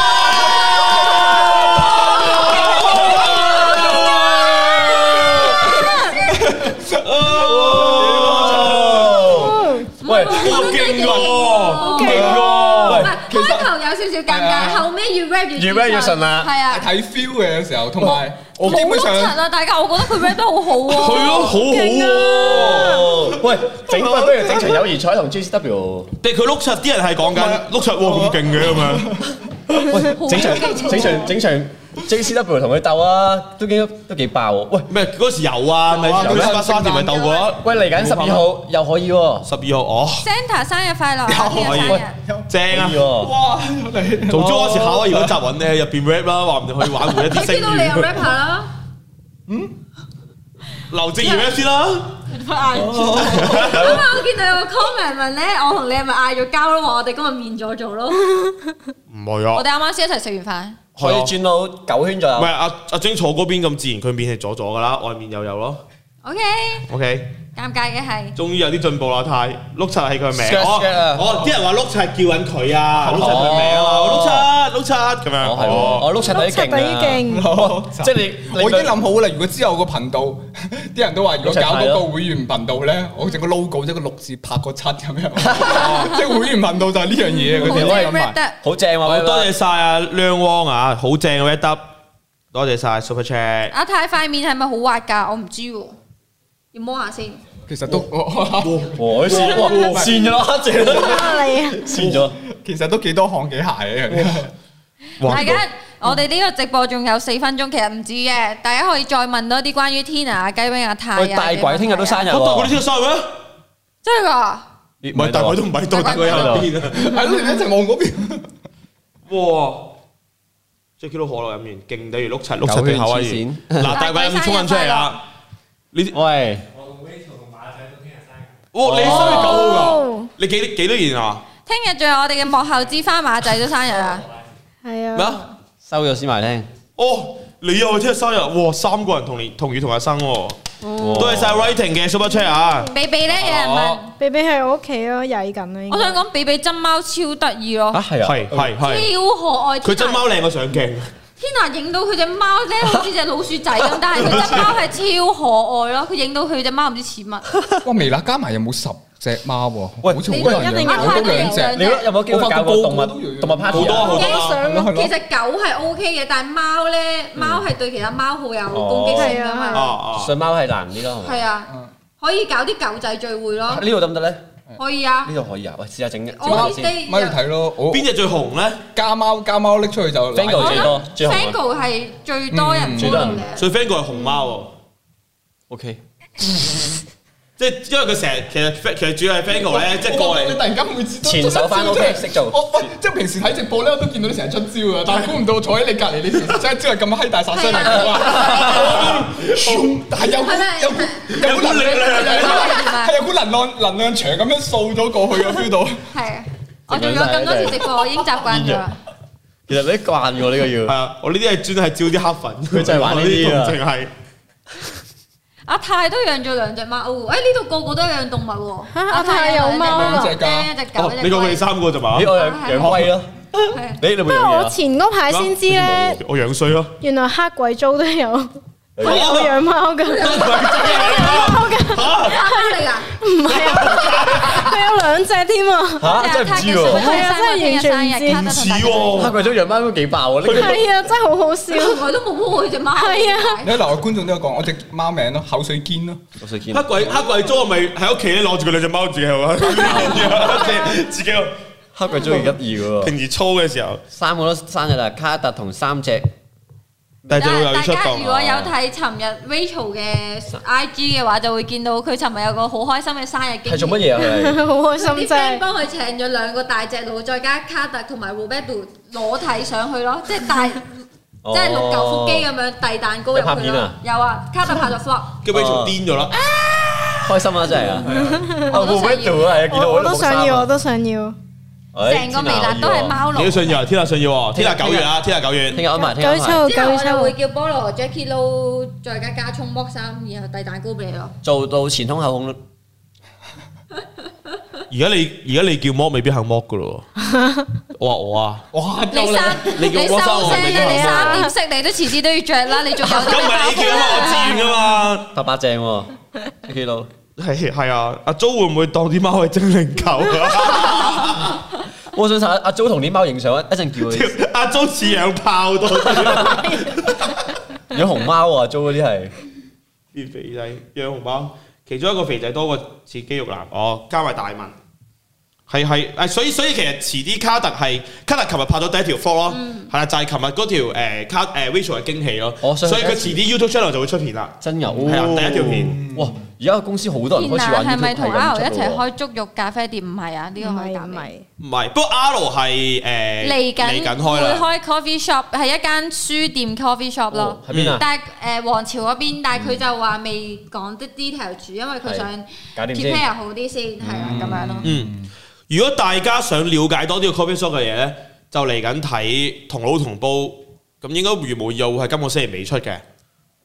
B: 啊
C: 喂，
B: 哇
A: 勁
B: 勁喎！
D: 勁
A: 喎！唔係
E: 其實
A: 開頭有少少尷
E: 係啊
A: 尬，後尾越 rap 越
C: 越 rap 越順啦
A: 係啊，
E: 睇 feel 嘅時候，同埋我
A: 好
E: 基本
A: 碌
E: 上
A: 柒啊！大家，我覺得佢 rap 得好好
B: 係
A: 喎，
B: 咯，好好
A: 啊
B: 喎。
C: 哦喂，整喂不如整場友誼賽同 GCW，
B: 但係佢碌柒啲人係講緊碌柒喎咁勁嘅咁樣，
C: 喂，整場整場整場 JCW 同佢鬥啊，都幾都幾爆喎。喂
B: 咩嗰時有啊，咪
E: 有啊
B: 嗰時沙沙田咪鬥過咯。
C: 喂，嚟緊十二號又可以喎，
B: 十二號哦，
A: Santa 生日快樂， 夏天嘅生
B: 喂
A: 日。
B: 正啊
C: 可以！喎。
E: 哇！你
B: 做 j 嗰時夏啊威夷嗰集揾咧，入邊 rap 啦，話唔定可以挽回一 啲
A: 你
B: 聲
A: 知道你有啊
B: 譽。
A: rapper 啦，
B: 劉靜怡 rap 先啦，
C: 哦
A: 咁啊，我見到有個 comment 問咧，我同你係咪嗌咗交咯？話我哋今日面咗做咯，
C: 哦
B: 唔係啊
A: 我。哋啱啱先一齊食完
C: 可以轉到九圈左
B: 唔係
C: 右。
B: 阿阿晶坐嗰邊咁自然，佢面係左左噶啦，外面又有咯。
A: 飯，OK，
B: OK，
A: 尷尬嘅係。
B: 終於有啲進步啦，太碌柒係佢名。
C: Skirt, skirt
B: 哦，
C: 啊
B: 哦啲人話碌柒叫緊佢啊，碌柒佢名啊，碌柒
C: 哦
B: 碌柒咁樣。
C: 哦，係喎，
B: 哦，
C: 我碌柒底
D: 碌柒底
C: 勁
D: 勁
C: 啊！即係你，
E: 我已經諗好啦，如果之後個頻道 啲人都話，如果搞嗰
C: 一齊睇
E: 個
C: 咯
E: 會員頻道咧，我整個 logo 即係個六字拍個七咁樣， 即係會員頻道就係呢樣嘢。佢
A: 好
E: 哋可
C: 啊
E: 以
A: 正
E: 諗
A: rap
E: 埋。
A: 得，
C: 好正
B: 好
C: 喎，
B: 多謝晒阿梁汪啊，好正嘅 red up，多謝晒 super chat。
A: 阿太塊面係咪好滑㗎？我唔知喎，要摸下先。
E: 其實都 我
C: 哇！佢線哇線咗啦，正
D: 啊你啊！
C: 線咗。
E: 其實都幾多項幾鞋啊嘅。其實
A: 大家，
C: 嗯
A: 我哋呢個直播仲有四分鐘，其實唔止嘅，大家可以再問多啲關於 Tina 啊、雞 wing 啊、太啊。
C: 喂，大鬼聽日都生日
B: 我當佢啲
C: 喎，
B: 先生日咩？
A: 真係㗎？
C: 唔
B: 唔係，但係佢都唔喺度，
A: 大
B: 但
A: 鬼
B: 佢喺邊啊？
E: 係咯，你一直望嗰邊。
B: 哇！即係幾多可樂飲完，勁到如碌柒碌柒
C: 狗
B: 對
C: 血
B: 口啊！
C: 黐 線
B: 嗱，大鬼咁衝緊出嚟啦！呢啲
C: 喂，
B: 哇，你生日九號㗎？
D: 哦，
B: 你幾幾多年啊？
A: 聽日仲有我哋嘅幕後之花馬仔都生日啊！
D: 係
B: 咩
D: 啊，
B: 啊？
C: 收咗先埋聽。
B: 哦，你又聽日生日，哇！三個人同年同月同日生喎，多謝晒 writing 嘅 super chat 啊！
A: 比比咧，有人問，
D: 比比喺我屋企咯，曳緊啊啦。應該
A: 我想講比比真貓超得意咯，
C: 啊，係啊，
B: 係係
A: 超
B: 係，
A: 可愛。
B: 佢真貓靚過上鏡，
A: 天啊！影到佢只貓咧，好似只老鼠仔咁，但係佢只貓係超可愛咯。佢影到佢只貓唔知似乜，
E: 哇！微辣加埋有冇十隻貓喎？
C: 喂
E: 好似好多人
D: 你都一定
E: 養
D: 有
E: 我都兩隻。
C: 你覺得有冇機會搞個動
E: 我發覺個
C: 物
E: 個都要
C: 動物 party
B: 好多好
A: 好
B: 多啊！
A: 想
E: 係咯係咯
A: 其實狗係 O K 嘅，但係貓咧，貓係對其他貓好有攻擊性㗎
B: 啊
A: 嘛。
B: 啊！
C: 信貓係難啲咯，係
A: 係啊，可以搞啲狗仔聚會咯
C: 咪？，呢度得唔得咧？
A: 可以啊
C: 呢。度可以啊，喂，試下整整
A: 我
C: 貓先。
A: 哋
E: 咪要睇咯，我
B: 邊只最紅咧？
E: 加貓加貓拎出去就
C: Bingo
A: 我
C: 最多
A: 諗
C: 最紅啊
A: Fango 係最多人
E: 嗯
A: follow
C: 最多人
A: 嘅。
B: 所以 Fango 係紅貓喎。
C: OK，
B: 即係因為佢成日其實其實主要係 Fango 咧，即係啊過
E: 你突
B: 嚟。
E: 然間會知道
C: 前手翻屋企識做
E: 我喂，即係平時睇直播咧，我都見到你成日出招啊，但係估唔到坐喺你隔離，你成日真係招係咁閪大殺傷力嘅哇！ 但係有股有股有股能量，係有啊股能量能量場咁樣掃咗過去嘅 feel 到。
A: 係啊，我做咗咁多次直播，我已經習慣咗啦。
C: 其實你都慣喎呢個
B: 係
C: 要。
B: 啊，我呢啲係專係招啲黑粉，
C: 佢就係玩
B: 我
C: 呢啲啊
B: 呢啲同情係
A: 阿泰都養咗兩隻貓喎，誒呢度個個都有養動物
D: 嚇
A: 喎。
D: 阿泰有貓
E: 啊
A: 兩隻貓一隻狗，
B: 哦
A: 一隻
B: 你講佢哋
A: 龜。
B: 三個咋嘛？
C: 咦，我養養龜咯，
A: 係啊
C: 你你有
D: 不
C: 冇
D: 過
C: 養嘢
D: 我
C: 啊？
D: 前嗰排先知咧，
B: 我養衰咯。
D: 原來黑鬼租都有，有養貓㗎，
A: 貓嚟㗎，
D: 唔係啊，佢有兩隻添啊。
C: 嚇，真係唔知喎。
D: 係啊真係完全唔知
A: 唔
B: 似喎，
C: 黑貴咗養貓都幾爆喎，呢
D: 係啊，真係好好笑。
A: 我都冇摸佢只貓。
D: 係啊
E: 你留個觀眾都有講，我只貓名咯，口水堅咯，
C: 個。我想見
B: 黑鬼黑鬼租係咪喺屋企咧攞住佢兩隻貓自己 係嘛？自己
C: 黑貴中意得意嘅喎。
B: 平時操嘅時候，
C: 三個都生日啦，卡特同三隻。
B: 但係隻
A: 但係
B: 老友要
A: 大
B: 出啊
A: 家
B: 檔。
A: 如果有睇尋日 Rachel 嘅 IG 嘅話，就會見到佢尋日有個好開心嘅生日經
C: 係
A: 驗。
C: 做乜嘢啊？佢 哋
D: 好開心
A: 啲 friend
D: 啫！
A: 幫佢請咗兩個大隻佬，再加卡特同埋 Roberto 裸體上去咯，即係大，即係六嚿腹肌啊咁樣遞蛋糕入
C: 哦有拍
A: 去
C: 片
A: 咯
C: 啊。
A: 有啊，卡特拍咗 vlog，
B: 跟住 Rachel 癲咗啦，
C: 開心啊，真 係啊！啊，
A: 我都想要
C: 會唔會做啊？係啊，啊見到
D: 我我都想要，我
C: 都
D: 都想要。
C: 哎
A: 成個微辣都係。貓
B: 你
A: 奴
B: 要。信要，天下信要喎，天下九月啊啦，天下九
C: 哎
B: 月
C: 聽。日安排，聽日
D: 九
C: 安
D: 月七
C: 排
D: 號，
A: 之
D: 九
A: 後
D: 月
A: 我
D: 七
A: 就
D: 號
A: 會，叫菠蘿 Jackie Lou 再加加葱剝衫，然後遞蛋糕俾你咯。
C: 做到前胸後空
B: 而家你而家你叫剝未必肯剝噶 咯喎。我話我啊，
E: 哇！
A: 你三
B: 你叫
A: 你收
B: 我收我
A: 聲
B: 你
A: 啦！你
B: 叫
A: 三點式你都遲啲都要着啦，你仲有
B: 咁
A: 啲
B: 唔
A: 咩
B: 係你叫
A: 包袱
B: 我自
A: 啊
B: 願噶嘛？
C: 白白正喎，K 佬。
B: 係係啊，阿 Jo 會唔會當啲貓係精靈狗 啊？
C: 我想睇下阿 Jo 同啲貓影相，啊一陣叫 佢
B: 阿 Jo 似養炮多 啲，
C: 養熊貓啊，Jo 嗰啲係
B: 變肥仔養熊貓，其中一個肥仔多過似肌肉男，哦，加埋大文，
A: 嗯
B: 係係，誒，所以所以其實遲啲卡特係卡特，琴日拍咗第一條 f l o 咯，係啦，就係琴日嗰條誒卡誒 Rachel 嘅驚喜咯，
C: 哦所以
B: 所以佢遲啲 YouTube channel 就會出片啦。
C: 真有
B: 係啊第一條片。
C: 哇！而家公司好多人開始
A: 然
C: 玩
A: 係
C: YouTube
A: 咪同 R 一
C: 係咁出
A: 齊
C: 喎
A: 開足浴咖啡店？唔係啊，呢個可以
D: 係
A: 答
D: 唔
A: 你。
D: 係，
B: 唔係，不過 R 係誒
A: 嚟緊
B: 嚟緊開啦，
A: 會開 coffee shop，係一間書店 coffee shop 咯
C: 哦。喺邊啊？嗯
A: 但係誒皇朝嗰邊，但係佢就話未講啲 detail 住，因為佢想
C: 搞掂先
A: prepare 好啲先，係啦咁樣咯。
B: 嗯，如果大家想了解多啲個 coffee shop 嘅嘢咧，就嚟緊睇同老同煲，咁應該如無意外會係今個星期尾出嘅，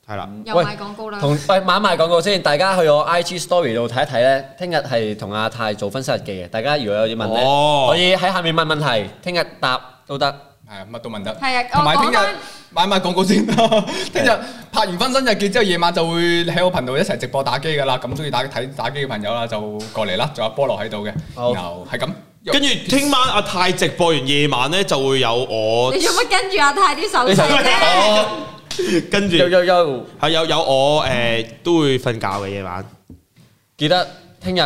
B: 係啦。
A: 又賣廣告啦。
C: 同喂買賣廣告先，大家去我 IG Story 度睇一睇咧。聽日係同阿泰做分析日記嘅，大家如果有嘢問咧，
B: 哦
C: 可以喺下面問問題，聽日答都得。
E: 係啊，乜都問得。
A: 係啊
E: 同埋
A: 我
E: 聽
A: 講返
E: 日買買廣告 先。聽日拍完婚身日記之後，夜晚就會喺我頻道一齊直播打機㗎啦。咁中意打睇打機嘅朋友啦，就過嚟啦。仲有菠蘿喺度嘅，
C: 好
E: 然後係咁。
B: 跟住聽晚阿泰直播完夜晚咧，就會有我
A: 你做 乜跟住阿泰啲手勢 啫？
C: 哦，
B: 跟住
C: 悠悠悠，
B: 係有有我誒都會瞓覺嘅夜晚。
C: 記得聽日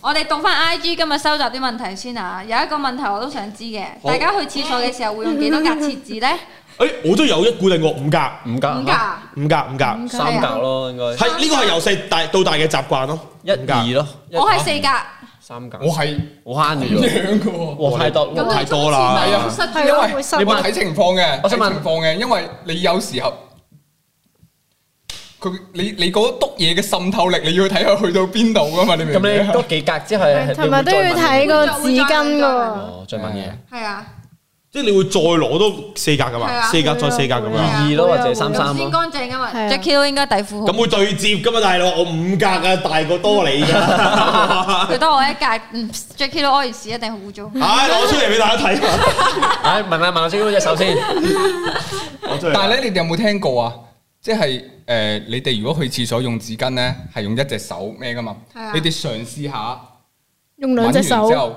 A: 我哋讀翻 IG 今日收集啲問題先啊！有一個問題我都想知嘅，
B: 好
A: 大家去廁所嘅時候會用幾多格廁紙呢？
B: 誒，我都有一固定我五格，
C: 五格
A: 五格，
C: 嚇
B: 五格，五格。
A: 格
C: 三格咯，應該
B: 係呢個係由細大到大嘅習慣咯，
C: 一二咯，一
A: 我係四格，
C: 三格，
E: 我係
C: 好慳嘅
E: 咁
C: 啫
E: 樣嘅喎。
C: 喎，哇太多
A: 咁
C: 喎，
B: 太多啦
A: 你
E: 係啊
A: 中廁咪塞咗
D: 係咯
E: 因
D: 會
E: 為
D: 失
E: 你
D: 望
E: 冇睇情況嘅，
C: 我想問
E: 睇情況嘅，因為你有時候佢你你嗰篤嘢嘅滲透力，你要睇佢去到邊度噶嘛？你明唔明
C: 咁
E: 啊
C: 你？ 多幾格之後係
D: 同埋都要睇
A: 個
D: 個
A: 紙
D: 紙
A: 巾
D: 巾
A: 㗎喎
D: 㗎喎。
C: 哦，再
E: À.
C: 問嘢。
A: 係啊，
B: 即係你會再攞多四格噶
A: 係
B: 嘛，
A: 啊
B: 四格再四格咁
D: 會
B: 樣，
A: 啊
C: 二咯，或者三
D: 啱
C: 三
A: 先
C: 咯。
A: 乾淨噶嘛
D: 係啊
A: ，Jackie 都應該底
E: 哦
A: 褲
B: 咁
A: 好，
B: 會對接噶嘛，大佬，我五格啊，大過多你 噶，
A: 佢多我一格，嗯，Jackie 都屙完屎一定好污糟。
B: 唉，攞出嚟俾大家睇下，
C: 唉，問下問下先，隻手先。
B: 攞出嚟。
E: 但係咧，你哋有冇聽過啊？即係誒、呃你哋如果去廁所用紙巾咧，係用一隻手咩噶嘛？
A: 係啊
E: 你哋嘗試下
D: 用
E: 揾
D: 兩
E: 完
D: 隻
E: 之
D: 手，
E: 後，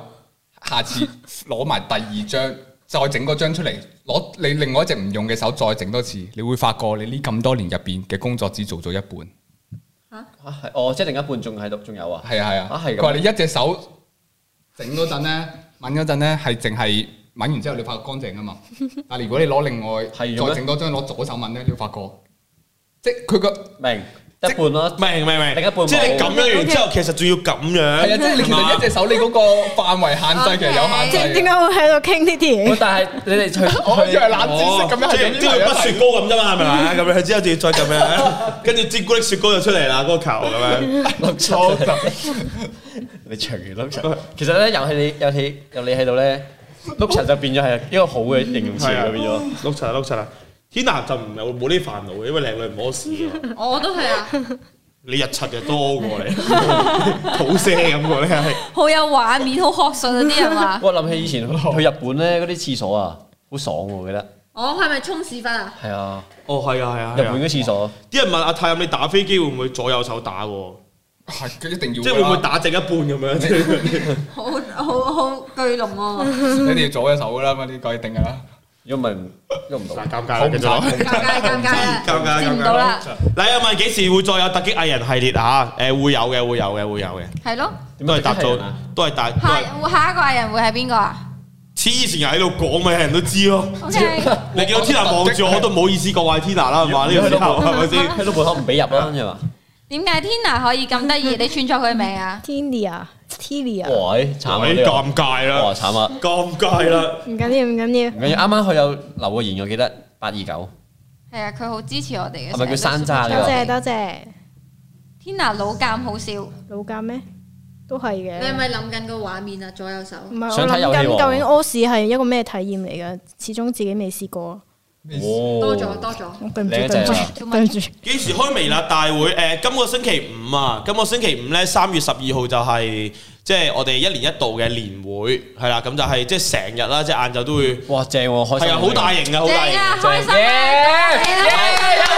E: 下次攞埋第二張，再整嗰張出嚟，攞你另外一隻唔用嘅手再整多次，你會發覺你呢咁多年入邊嘅工作只做咗一半。
C: 啊係哦，即係另一半仲喺度，仲有啊。
E: 係啊係啊
C: 啊，係咁
E: 佢話你一隻手整嗰陣咧，抿嗰陣咧係淨係抿完之後你發覺乾 淨啊嘛。但係如果你攞另外
C: 係嘅咩
E: 再整多張攞左手抿咧，你會發覺即係佢個。
C: 明一半咯，
B: 明明明，
C: 另一半冇
B: 即係你咁樣完之後，其實仲要咁樣，
E: 係啊，即係你其實一隻手你嗰個範圍限制其實有限制
D: 點
E: 嘅。
D: 解會喺度傾呢啲嘢
C: 喂？但係你哋去，
E: 我以為
C: 去
E: 冷知識咁樣
B: 即
E: 係
B: 係
E: 咁
B: 即係
E: 樣
B: 佢筆雪糕咁啫嘛，係咪 啊？咁樣之後仲要再咁樣，跟住朱古力雪糕就出嚟啦，嗰個球咁樣。
C: 碌錯你除碌柒。其實咧，有你有你有你喺度咧，碌柒就變咗係一個好嘅形容詞
B: 係啊
C: 嚟嘅變咗。
B: 碌柒啦碌柒啦，Tina 就唔有冇呢啲煩惱嘅，因為靚女唔屙屎啊。
A: 我都係啊，
B: 你日柒就多過 你，肚瀉咁嘅咧係。
A: 好有畫面，好學術啊！啲人話，
C: 我諗起以前去日本咧，嗰啲廁所啊，好爽喎，我記得。
A: 我係咪沖屎忽啊？
C: 係啊，
B: 哦，係啊，係啊，
C: 日本嘅廁所
B: 啲人問阿泰，你打飛機會唔會左右手打喎？
E: 係佢一定要㗎啦，
B: 即係會唔會打正一半咁樣？
A: 好好好巨龍喎，
E: 一定要左一手㗎啦，嘛呢個一定㗎啦。
C: 如果唔係唔喐唔到
B: 尷。尬啦
E: 好，唔
B: 繼續啦
E: 曬。
A: 尷尬尷尬啦，
B: 尷尬
A: 接唔
B: 尷
A: 到啦
B: 尬，。嗱，有問幾時會再有突擊藝人系列啊？誒，會有嘅，會有嘅，會有嘅，
A: 係咯。
C: 點
B: 都
C: 解
B: 係答到
C: 係啊，
B: 都係答，都
A: 下
B: 係
A: 下一個藝人會係邊個啊
B: 黐線喺度講，咪人都知 咯。
A: ？OK，
B: 你見到 Tina 望住我都唔好意思講壞 Tina 啦，係嘛？呢個時候係咪先？
C: 喺老婆口唔俾入啦，係嘛？
A: 點解 Tina 可以咁得 意？你串錯佢名啊？
D: ？Tilia，Tilia，
C: 喂，慘啊！呢
B: 喂，
C: 個
B: 尷尬
C: 哇，
B: 啦，
C: 慘啊！
B: 尷尬啦。
D: 唔緊要，唔緊要
C: 唔。緊要，啱啱佢有留個言，我記得八二九。
A: 係啊，佢好支持我哋嘅。
C: 係咪叫山楂啊
D: 多謝
A: 成日都
D: 多謝，
A: Tina 老鑑好笑，你
D: 老鑑咩？都係
A: 係
D: 嘅。
A: 咪諗緊個畫面啊？左右手。
B: 哦
D: 唔係
C: 想
D: 我
C: 睇
D: 諗
C: 遊戲
D: 緊
C: 喎
D: 究竟屙屎係一個咩體驗嚟嘅？始終自己未試過。
A: 多咗多咗，
D: 我對唔住，
C: 你一
D: 對唔
C: 隻
D: 住
C: 啊，
D: 對唔住。
B: 幾時開微辣大會？誒、今個星期五啊，今個星期五咧，三月十二號就係、即係我哋一年一度嘅年會，係啦，咁就係即係成日啦，即係晏晝都會，
C: 哇正喎，開心
B: 係啊，好大型嘅，好
A: 正
B: 大型
A: 啊，
B: 嘅，
A: 開心啊！係啦
C: 啊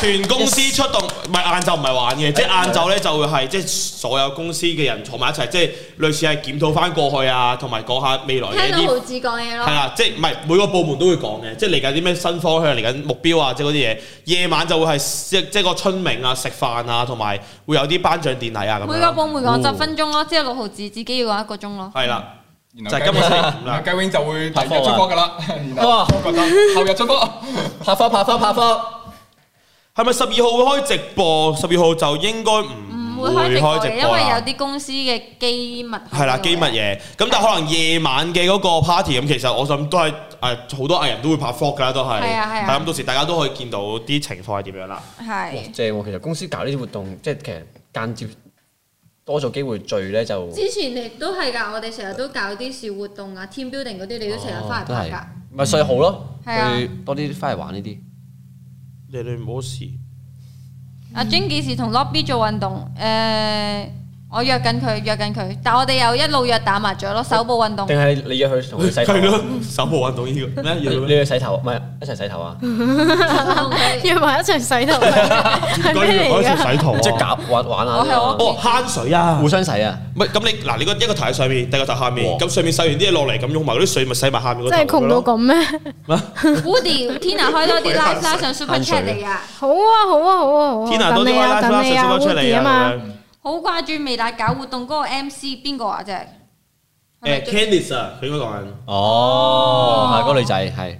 B: 全公司出動，唔係晏晝唔係玩嘅，即係晏晝咧就會係即係所有公司嘅人坐埋一齊，即係類似係檢討翻過去啊，同埋講下未來嘅
A: 聽到
B: 一啲
A: 豪子講嘢
B: 係
A: 咯，
B: 啦，即係唔係每個部門都會講嘅，即係嚟緊啲咩新方向、嚟緊目標啊，即係嗰啲嘢。夜晚就會係即即係個春茗啊、食飯啊，同埋會有啲頒獎典禮啊咁樣。
A: 每個部門講
C: 哦
A: 十分鐘咯，即係六毫子自己要講一個鐘咯。
B: 係啦，
E: 然後
B: 就係今個星期五啦
E: 雞 wing 就會提日出貨噶啦。然後
C: 哇
E: 我覺得後日出貨，
C: 拍科拍科拍科，
B: 係咪十二號會開直播？十二號就應該唔
A: 唔會開直播嘅，因為有
B: 啦。
A: 啲公司嘅機密
B: 啊係啦，機密嘢。咁但係可能夜晚嘅嗰個 party 咁，其實我諗都係誒好多藝人都會拍 vlog 㗎啦，都係。
A: 係啊係啊
B: 咁到時大家都可以見到啲情況係點樣啦。
A: 係。
C: 正喎！其實公司搞呢啲活動，即係其實間接多咗機會聚咧，就
A: 之前亦都係㗎，我哋成日都搞啲小活動啊，team building 嗰啲，你都成日翻嚟
C: 哦都
A: 拍
C: 係
A: 㗎。
C: 咪所以好咯，
A: 係啊
C: 去多啲翻嚟玩呢啲。
B: 你哋冇事。
A: 阿 Jun 幾時同 Lobby 做運動？誒，我約緊佢，約緊佢，但我哋又一路約打麻雀咯，手部運動
C: 定。係你約佢同佢洗 頭
B: 係
C: 啊？
B: 咯，手部運動呢個咩
C: 你
B: 要
C: 你
B: 咩？
C: 去洗頭，唔係一齊洗頭啊？
D: 約埋一齊洗頭係咩嚟㗎？
B: 洗頭啊
C: 即係搞玩玩
A: 我係
C: 下，
A: 我
B: 哦，慳水啊！
C: 互相洗啊！
B: 唔係咁你嗱，你個一個頭喺上面，第二個頭下面，
C: 哇
B: 咁上面洗完啲嘢落嚟，咁用埋嗰啲水咪洗埋下面嗰
D: 真係
B: 頭
D: 窮到咁咩？
A: Woody、Tina 開多啲 live 啦，上 Super
C: 慳水
A: Chat 嚟啊！
D: 好啊好啊好啊好啊！
B: 天啊，多
D: 等
B: 啲
D: 你
B: l
D: 啊
B: i
D: 等你啊
B: v 出
D: Woody
B: 嚟
D: 啊嘛
B: 啊！咁樣
A: 好掛住微辣搞活動嗰個 MC 邊個啊？真係
B: 誒
A: 係咪
B: Candice 啊，佢應該講緊。
C: 哦，係嗰個女仔係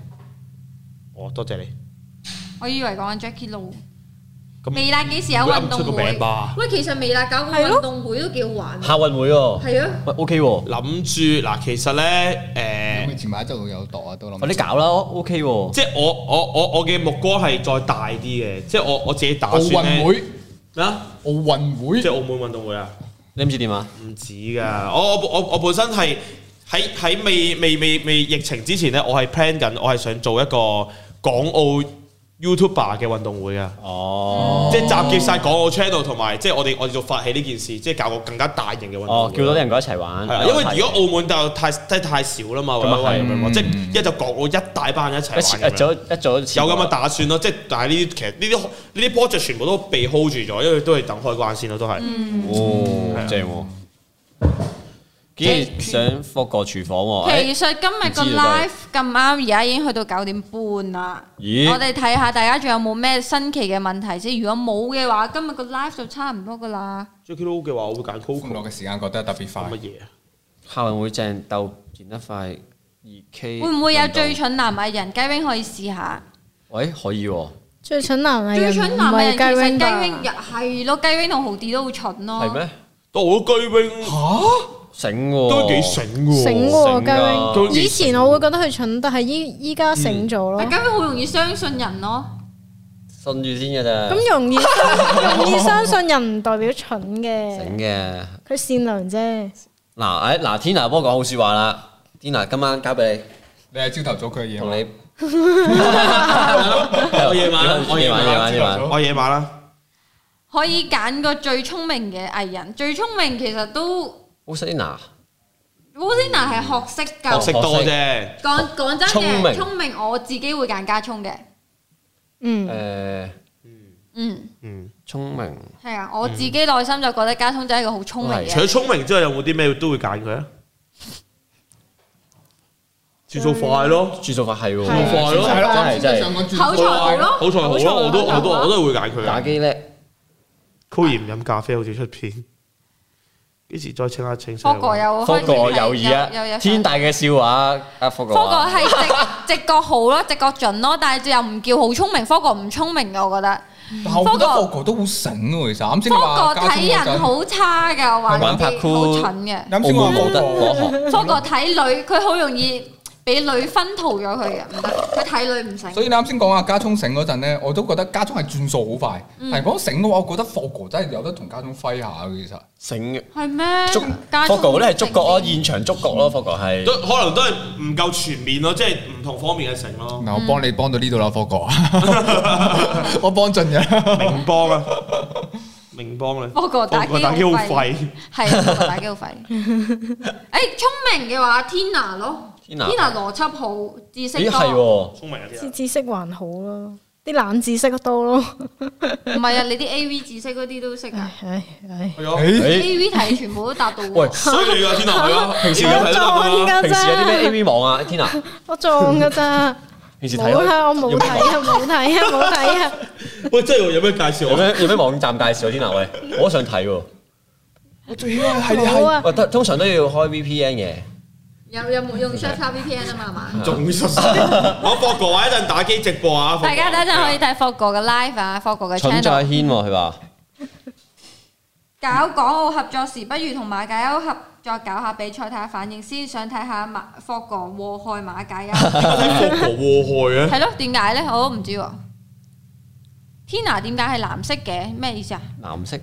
B: 哦，多謝你。
A: 我以為講緊 Jackie Lou。
B: 咁
A: 微辣幾時有運動
B: 唔會噏出個
A: 會
B: 名吧？
A: 喂，其實微辣搞個
D: 係咯
A: 運動會都幾好玩。
C: 校運會喎，
A: 係啊，
C: 喂 OK 喎，
B: 諗住嗱，其實咧誒，
G: 咁前排一路有度啊，都諗
C: 快啲搞啦，OK 哦喎，
B: 即係我我我我嘅目光係再大啲嘅，即係我我自己打
E: 奧
B: 算
E: 運
B: 咧
E: 會，
B: 咩啊？
E: 奧運會
B: 即係。澳門運動會啊？
C: 你唔知點啊？
B: 唔止㗎，我我我我本身係喺喺未未未未疫情之前咧，我係 plan 緊，我係想做一個港澳 YouTuber 嘅運動會啊。
C: 哦，
B: 即係集結晒港澳 channel 同埋，即係我哋我哋做發起呢件事，即係搞個更加大型嘅運動會。
C: 哦，叫多啲人過一齊玩，
B: 係啊，因為如果澳門就太真係太少啦嘛，
C: 咁啊係
B: 位咁樣講，
E: 嗯
B: 即係一就港澳一大班人一齊
C: 一
B: 玩
C: 次
B: 咁
C: 一
B: 樣
C: 早一早有
B: 有咁嘅打算咯。即係但係呢啲其實呢啲呢啲 project 全部都被 hold 住咗，因為都係等開關先咯，都係。
C: 哦，正喎！
B: 啊
C: 竟然想復個廚房喎，哎
A: 其實今日個
C: 唔知啊
A: live 咁啱，而家已經去到九點半啦。
C: 咦
A: 我哋睇下大家仲有冇咩新奇嘅問題先。如果冇嘅話，今日個 live 就差唔多噶啦。
B: Jackie Lou 嘅話，我會揀 Coco
E: 歡樂嘅時間覺得特別快
B: 乜，嘢啊？
C: 校運會正鬥見得快二 K，
A: 會唔會有最？蠢男藝人雞 wing 可以試下？
C: 喂，可以喎，
A: 哦
D: 最蠢男藝
A: 最
D: 人
A: 蠢
D: 唔
A: 男藝人
D: 係
A: 其
D: 雞
A: 實雞 wing
D: 吧？
A: 又係咯，雞 wing 同豪啲都好蠢咯。
C: 係？咩？
B: 到居 wing
C: 醒喎，
B: 都幾醒喎，
D: 醒
C: 喎
D: 喎雞 wing。
B: 都幾
D: 以前我會覺得佢蠢，但係依依家醒咗咯
A: 但。雞 wing 好容易相信人咯。
C: 信住先嘅
A: 嗯啊
C: 咋，
D: 咁容易容易相信人唔代表蠢嘅，
C: 醒嘅。
D: 佢善良啫。
C: 嗱，誒嗱，Tina 幫我講好説話啦，Tina 今晚交俾
E: 你係朝頭早佢嘅
C: 你，
E: 嘢
C: 同
E: 嘛。
C: 你
B: 我 夜晚啦，我夜晚啦，
C: 晚夜晚，
B: 我夜晚啦。
A: 可以揀個最聰明嘅藝人，最聰明其實都
C: 好識 Tina，
A: Wilsina 係學識
B: 學
A: 㗎。
B: 識多啫，
A: 講講真
C: 聰明
A: 嘅，聰明我自己會揀加聰嘅。
D: 嗯，
C: 誒
A: 嗯，
B: 嗯。
C: 聰明，
A: 係啊，我自己內心就覺得加聰仔係一個好聰明嘅
B: 嗯除咗
A: 人。
B: 聰明之外，有冇啲咩都會揀佢啊？節奏快咯，
C: 轉數法係
D: 係
C: 喎，
D: 啊
B: 快咯
E: 係啦，我
C: 真係真係
E: 想講轉
A: 口才好咯，
B: 好彩好咯，我都我都我都會揀佢
C: 打
B: 啊。
C: 機叻，
B: 酷兒唔飲咖啡，好似出片。幾時再請下請
A: 科哥有
C: 福
A: 開始
C: 哥
A: 係
C: 有意啊
A: 有有，
C: 天大嘅笑話，阿福哥
A: 科哥係直 直覺好咯，直覺準咯，但係又唔叫好聰明。科哥唔聰明嘅，我覺得。
E: 但我覺得
A: 科
E: 霍
A: 哥
E: 哥都好醒喎，其實啱先
A: 科
E: 你話
A: 哥
E: 家
A: 睇
E: 聰嗰陣
A: 人，好差㗎，話
C: 玩拍
A: 嗰
C: 酷
A: 啲好蠢嘅。
E: 啱
C: 澳
E: 先話
C: 門
E: 霍
C: 冇得
E: 哥
C: 攞學，
A: 科哥睇女，佢好容易俾女分逃咗佢嘅，唔得。佢睇女唔醒。
E: 所以你啱先講阿家聰醒嗰陣咧，我都覺得家聰係轉數好快。
A: 嗯
E: 但係講醒嘅話，我覺得霍哥真係有得同家聰揮下嘅，其實。
C: 醒嘅。
A: 係咩？
C: 捉
A: 加
C: 福
A: 聰
C: 哥咧係觸覺啊咯，
A: 勁
C: 現場觸覺咯，福哥係
B: 都可能都係唔夠全面咯，即係唔同方面嘅成咯。
E: 嗯嗱，我幫你幫到呢度啦，霍哥， 我幫盡嘅。
B: 明幫啊，明幫咧，
A: 科哥打機
B: 科打機好廢，
A: 係科哥打機好 廢。誒聰明嘅話，Tina 咯
C: Tina
A: ，Tina 邏輯好，知識
C: 咦係
A: 多。
C: 喎，
B: 聰明嗰啲
D: 知
B: 啊。
D: 知識還好咯，啲冷知識多咯。
A: 唔係啊，你啲 A V 知識嗰啲都識啊
D: 唉唉唉，
B: 係啊，
E: 誒
C: 誒
A: A V 題全部都答到
C: 喂
A: 喎。
B: 犀利啊，天啊，係啊，平時有睇
D: 我
B: 得到
D: 撞
B: 啊。
D: 噶
C: 平時有啲咩
D: 咋，
C: A V 網啊？Tina，
D: 我撞噶咋。
C: 平時睇
D: 冇啊，我冇
C: 有咩
D: 睇
C: 網
D: 啊，冇睇啊，冇睇啊。
B: 喂，真係喎有咩介紹
C: 有
B: 啊？
C: 咩有咩網站介紹啊？Tina 喂，我都想睇喎。
E: 我最係係
D: 冇啊！
C: 喂，通通常都要開 VPN 嘅，
A: 有有冇用 s h a r p VPN 啊嘛係嘛？
B: 仲熟悉。我博哥話一陣打機直播啊，霍哥
A: 大家等一陣可以睇霍哥嘅 live 啊，霍哥嘅
C: 蠢在
A: channel。
C: 軒喎，佢話
A: 搞港澳合作時，不如同馬介休合作搞下比賽，睇下反應先，想睇下馬霍哥禍害馬介休。
B: 點解睇霍哥禍害嘅。啊
A: 係咯，點解咧？我都唔知喎。Tina 點解係藍色嘅？咩意思啊？
C: 藍色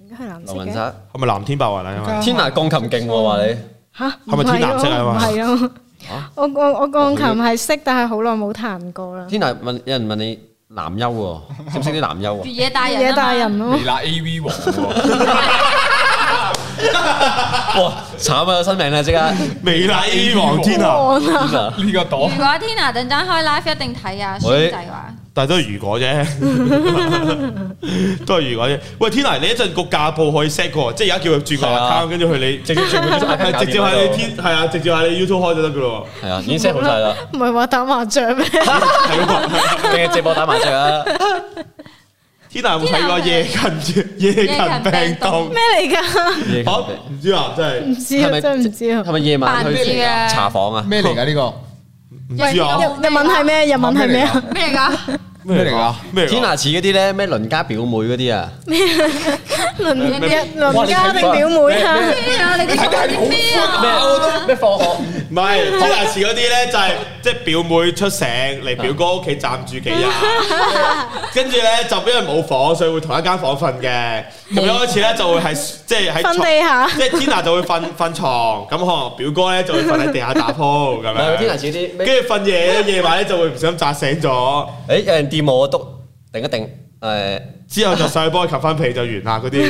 D: 應該係藍色
C: 劉雲
D: 嘅。
C: 山，
B: 係咪藍天白雲啊？因為
C: 天涯鋼琴勁喎，話你
D: 嚇，
B: 係咪
D: 唔
B: 天
D: 係
B: 藍色啊嘛
D: 咯唔係咯，我我我鋼琴係識，但係好耐冇彈過啦。
C: 天涯問有人問你男優喎，識唔識啲男優
A: 越
C: 啊？
A: 野大人啊嘛
D: 嘢大人咯
E: 微，辣 A V 王喎，
C: 哇，慘啊，有新名啦，即刻天
B: 微辣 A 王天啊！
D: 我啊
C: 涯
E: 呢
A: 如
E: 個檔
A: 果 Tina 陣間開 live 一定睇啊，孫
C: 喂
A: 仔話。
B: 但係都係 如果啫， 都係如果啫。喂，天啊，你一陣個價報可以 set 個，即係而家叫佢轉個
C: 係啊
B: account，跟住佢你
C: 直接轉個 account
B: 係啊直接喺你天係啊，直接喺你 YouTube 開就得噶 咯
C: 係啊，已經 set 好晒 啦，
D: 唔係話打麻雀 咩？
B: 喎。係喎，
C: 定係直播打麻雀啊？
B: 天啊，有冇睇過夜勤 夜
A: 夜勤
B: 勤病
A: 病毒
B: 毒
D: 咩？嚟㗎？
B: 嚇唔知啊，真
D: 唔
B: 係
D: 知啊，真係唔知啊
C: 係。咪夜晚
A: 扮
C: 去
A: 知啊
C: 茶房啊？
E: 咩嚟㗎？呢個
B: 唔知啊
A: 喂
D: 日日文係咩？日文係咩啊？
A: 咩嚟㗎？
E: 咩嚟㗎？
B: 咩嚟㗎
C: 天涯似嗰啲咧，咩鄰家表妹嗰啲啊？
D: 鄰
A: 咩
D: 日鄰家定表妹啊？
A: 咩啊？你哋講啲咩啊？
C: 咩放學？
B: 唔係，即係時嗰啲咧就係即係表妹出城嚟表哥屋企暫住幾 日，跟住咧就因為冇房，所以會同一間房瞓嘅。咁一開始咧就會係即係喺
D: 瞓
B: 床
D: 地下
B: 即係 Tina 就會瞓 瞓床，咁可能表哥咧就會瞓喺地下打鋪咁
C: 唔係天涯
B: 樣。
C: 似啲咩？
B: 跟住瞓夜夜晚咧就會唔小心扎醒咗，
C: 誒有人掂我，篤定一定誒。
B: 之後就上去幫佢冚翻被就完啦嗰 啲。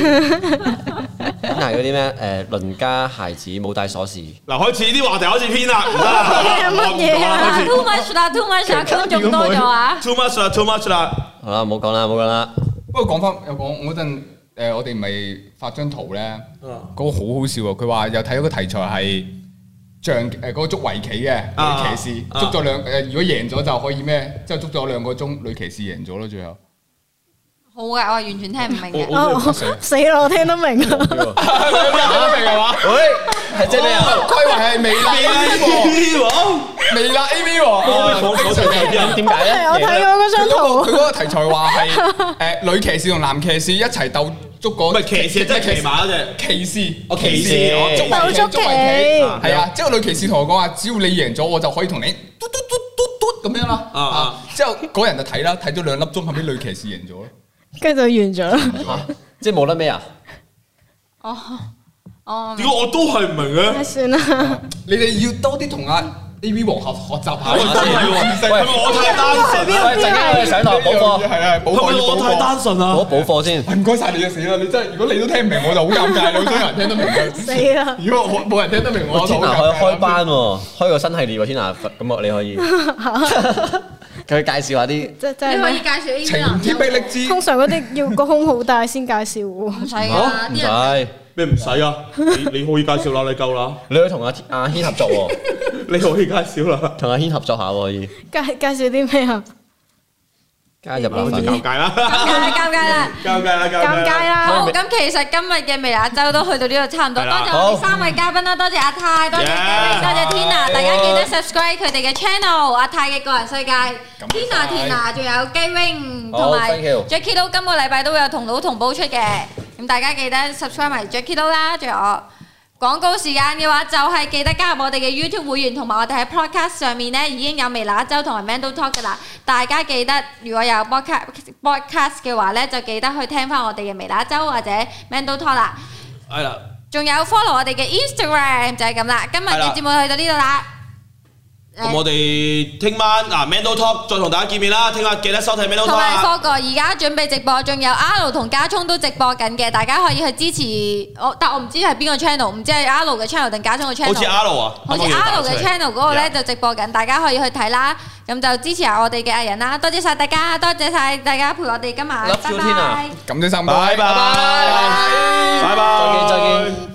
C: 真係嗰啲咩誒鄰家孩子冇帶鎖匙，
B: 嗱，開始啲話題開始偏啦，唔得啦
D: 乜嘢啊
A: 啊
B: 我唔講啦開始
A: too much 啦，too much 啦，觀眾多咗啊！
B: ？Too much 啦，too much 啦。
C: 好啦，唔好講啦，唔好講啦。
E: 不過講翻又講嗰陣，誒我哋咪發張圖咧，嗰個好好笑喎！佢話又睇到個題材係象誒嗰個捉圍棋嘅
B: 啊
E: 女騎士，
B: 啊
E: 捉咗兩誒，如果贏咗就可以咩？之後捉咗兩個鐘，女騎士贏咗咯，最後。
A: 好嘅，我係完全聽唔明嘅。
D: 哦，死啦！我聽得明啊！
E: 係
B: 啊
E: 嘛？
C: 喂，係即係咩啊？
E: 規劃係微辣 A V 王，微辣 A V
B: 我
E: 王。
B: 講講上有啲人。
C: 點解咧？
D: 我睇過嗰
E: 佢
D: 張
E: 嗰
D: 圖
E: 個佢，嗰個題材話係誒女騎士同男騎士一齊鬥捉嗰
B: 唔係騎士，真係騎馬嗰只。
E: 騎士，
B: 我騎士
E: 我捉圍
D: 鬥
E: 棋
D: 捉
E: 捉
D: 棋，
E: 圍棋。係啊，之後女騎士同我講話，只要你贏咗，我就可以同你嘟嘟嘟嘟嘟咁樣啦。
B: 啊啊！
E: 之後嗰人就睇啦，睇咗兩粒鐘，後尾女騎士贏咗咯。
D: 跟住就完咗啦。
C: 即係冇得咩啊？
A: 哦，哦，
B: 點解我都係唔明嘅？
D: 唉算啦，
E: 你哋要多啲同阿 A V 王學學習
B: 喂，
E: 下。
B: 真係喎，啊係咪我太單純
C: 喂，
B: 啊？
C: 陣間我哋上堂補課，
E: 係啊，補
B: 係
E: 課
B: 咪
E: 要
B: 我
E: 補
B: 太
E: 課。
B: 單純啊
C: 補？補課先。
E: 唔該晒你嘅死啦！你真係，如果你都聽唔明，我就好尷尬。你好多人聽得明
D: 死
E: 嘅，
D: 啦！
E: 如果我冇人聽得明，我就
C: 天
E: 好
C: 涯
E: 尷
C: 可以
E: 尬。
C: 開班喎，開個新系列喎，天涯咁我啊你 可以。佢介紹下啲
D: 即即
A: 你可以
D: 係
A: 介紹呢啲
E: 晴
A: 男
E: 天霹靂之
D: 通常嗰啲要個胸好大先介紹喎。
A: 唔使
C: 好
A: 㗎，
C: 唔
A: 啊啲人
C: 使，
B: 咩唔使啊？你你可以介紹啦，你夠啦，
C: 你可以同阿阿軒合作喎，
B: 你可以介紹啦，
C: 同阿軒合作下喎可以
D: 介介紹啲咩啊？
C: 加入
B: 好
C: 麻
B: 似
C: 煩。
B: 尷尬啦，
A: 尷尬啦，尷尬啦。
B: 尷尬啦，尷
D: 尷尬！啊啦！
A: 好，咁其實今日嘅微辣周都去到呢度差唔多，
B: 係
A: 多
B: 啦
A: 謝我哋
C: 好
A: 三位嘉賓啦，多謝阿泰，多謝
B: Yeah
A: Gary，多謝 Tina，大家記得 subscribe 佢哋嘅 channel，阿泰嘅個人世界，Tina
E: 晒
A: Tina，仲有 Gay Wing
C: 好
A: 同埋
C: thank you
A: Jackie Lou，今個禮拜都會有同老同煲出嘅，咁大家記得 subscribe 埋 Jackie Lou 啦，仲有我。廣告時間嘅話，就係記得加入我哋嘅 YouTube 會員，同埋我哋喺 Podcast 上面咧已經有微辣一周同埋 Mandal Talk 噶啦。大家記得如果有 Podcast Podcast 嘅話咧，就記得去聽翻我哋嘅微辣一周或者 Mandal Talk 啦。
B: 係啦，
A: 仲有 follow 我哋嘅 Instagram 就係咁啦。今日
B: 係啦
A: 嘅節目去到呢度啦。
B: 咁我哋聽晚嗱 Mandal Talk 再同大家見面啦，聽晚記得收睇
A: 同
B: Mandal Talk
A: 埋
B: 啊！
A: 科哥而家準備直播，仲有阿 L 同家聰都直播緊嘅，大家可以去支持我，但我唔知係邊個 channel，唔知係阿 L 嘅 channel 定家聰嘅 channel。
B: 好似 R 啊，
A: 好似 R 嘅 channel 嗰個咧就直播緊，大家可以去睇啦。咁就支持下我哋嘅藝人啦，多謝晒大家，多謝晒大家陪我哋今晚，
C: Love
A: 拜
C: you，Tina
A: 拜。
E: 感謝三位，
B: 拜拜，拜拜，
C: 再見再見。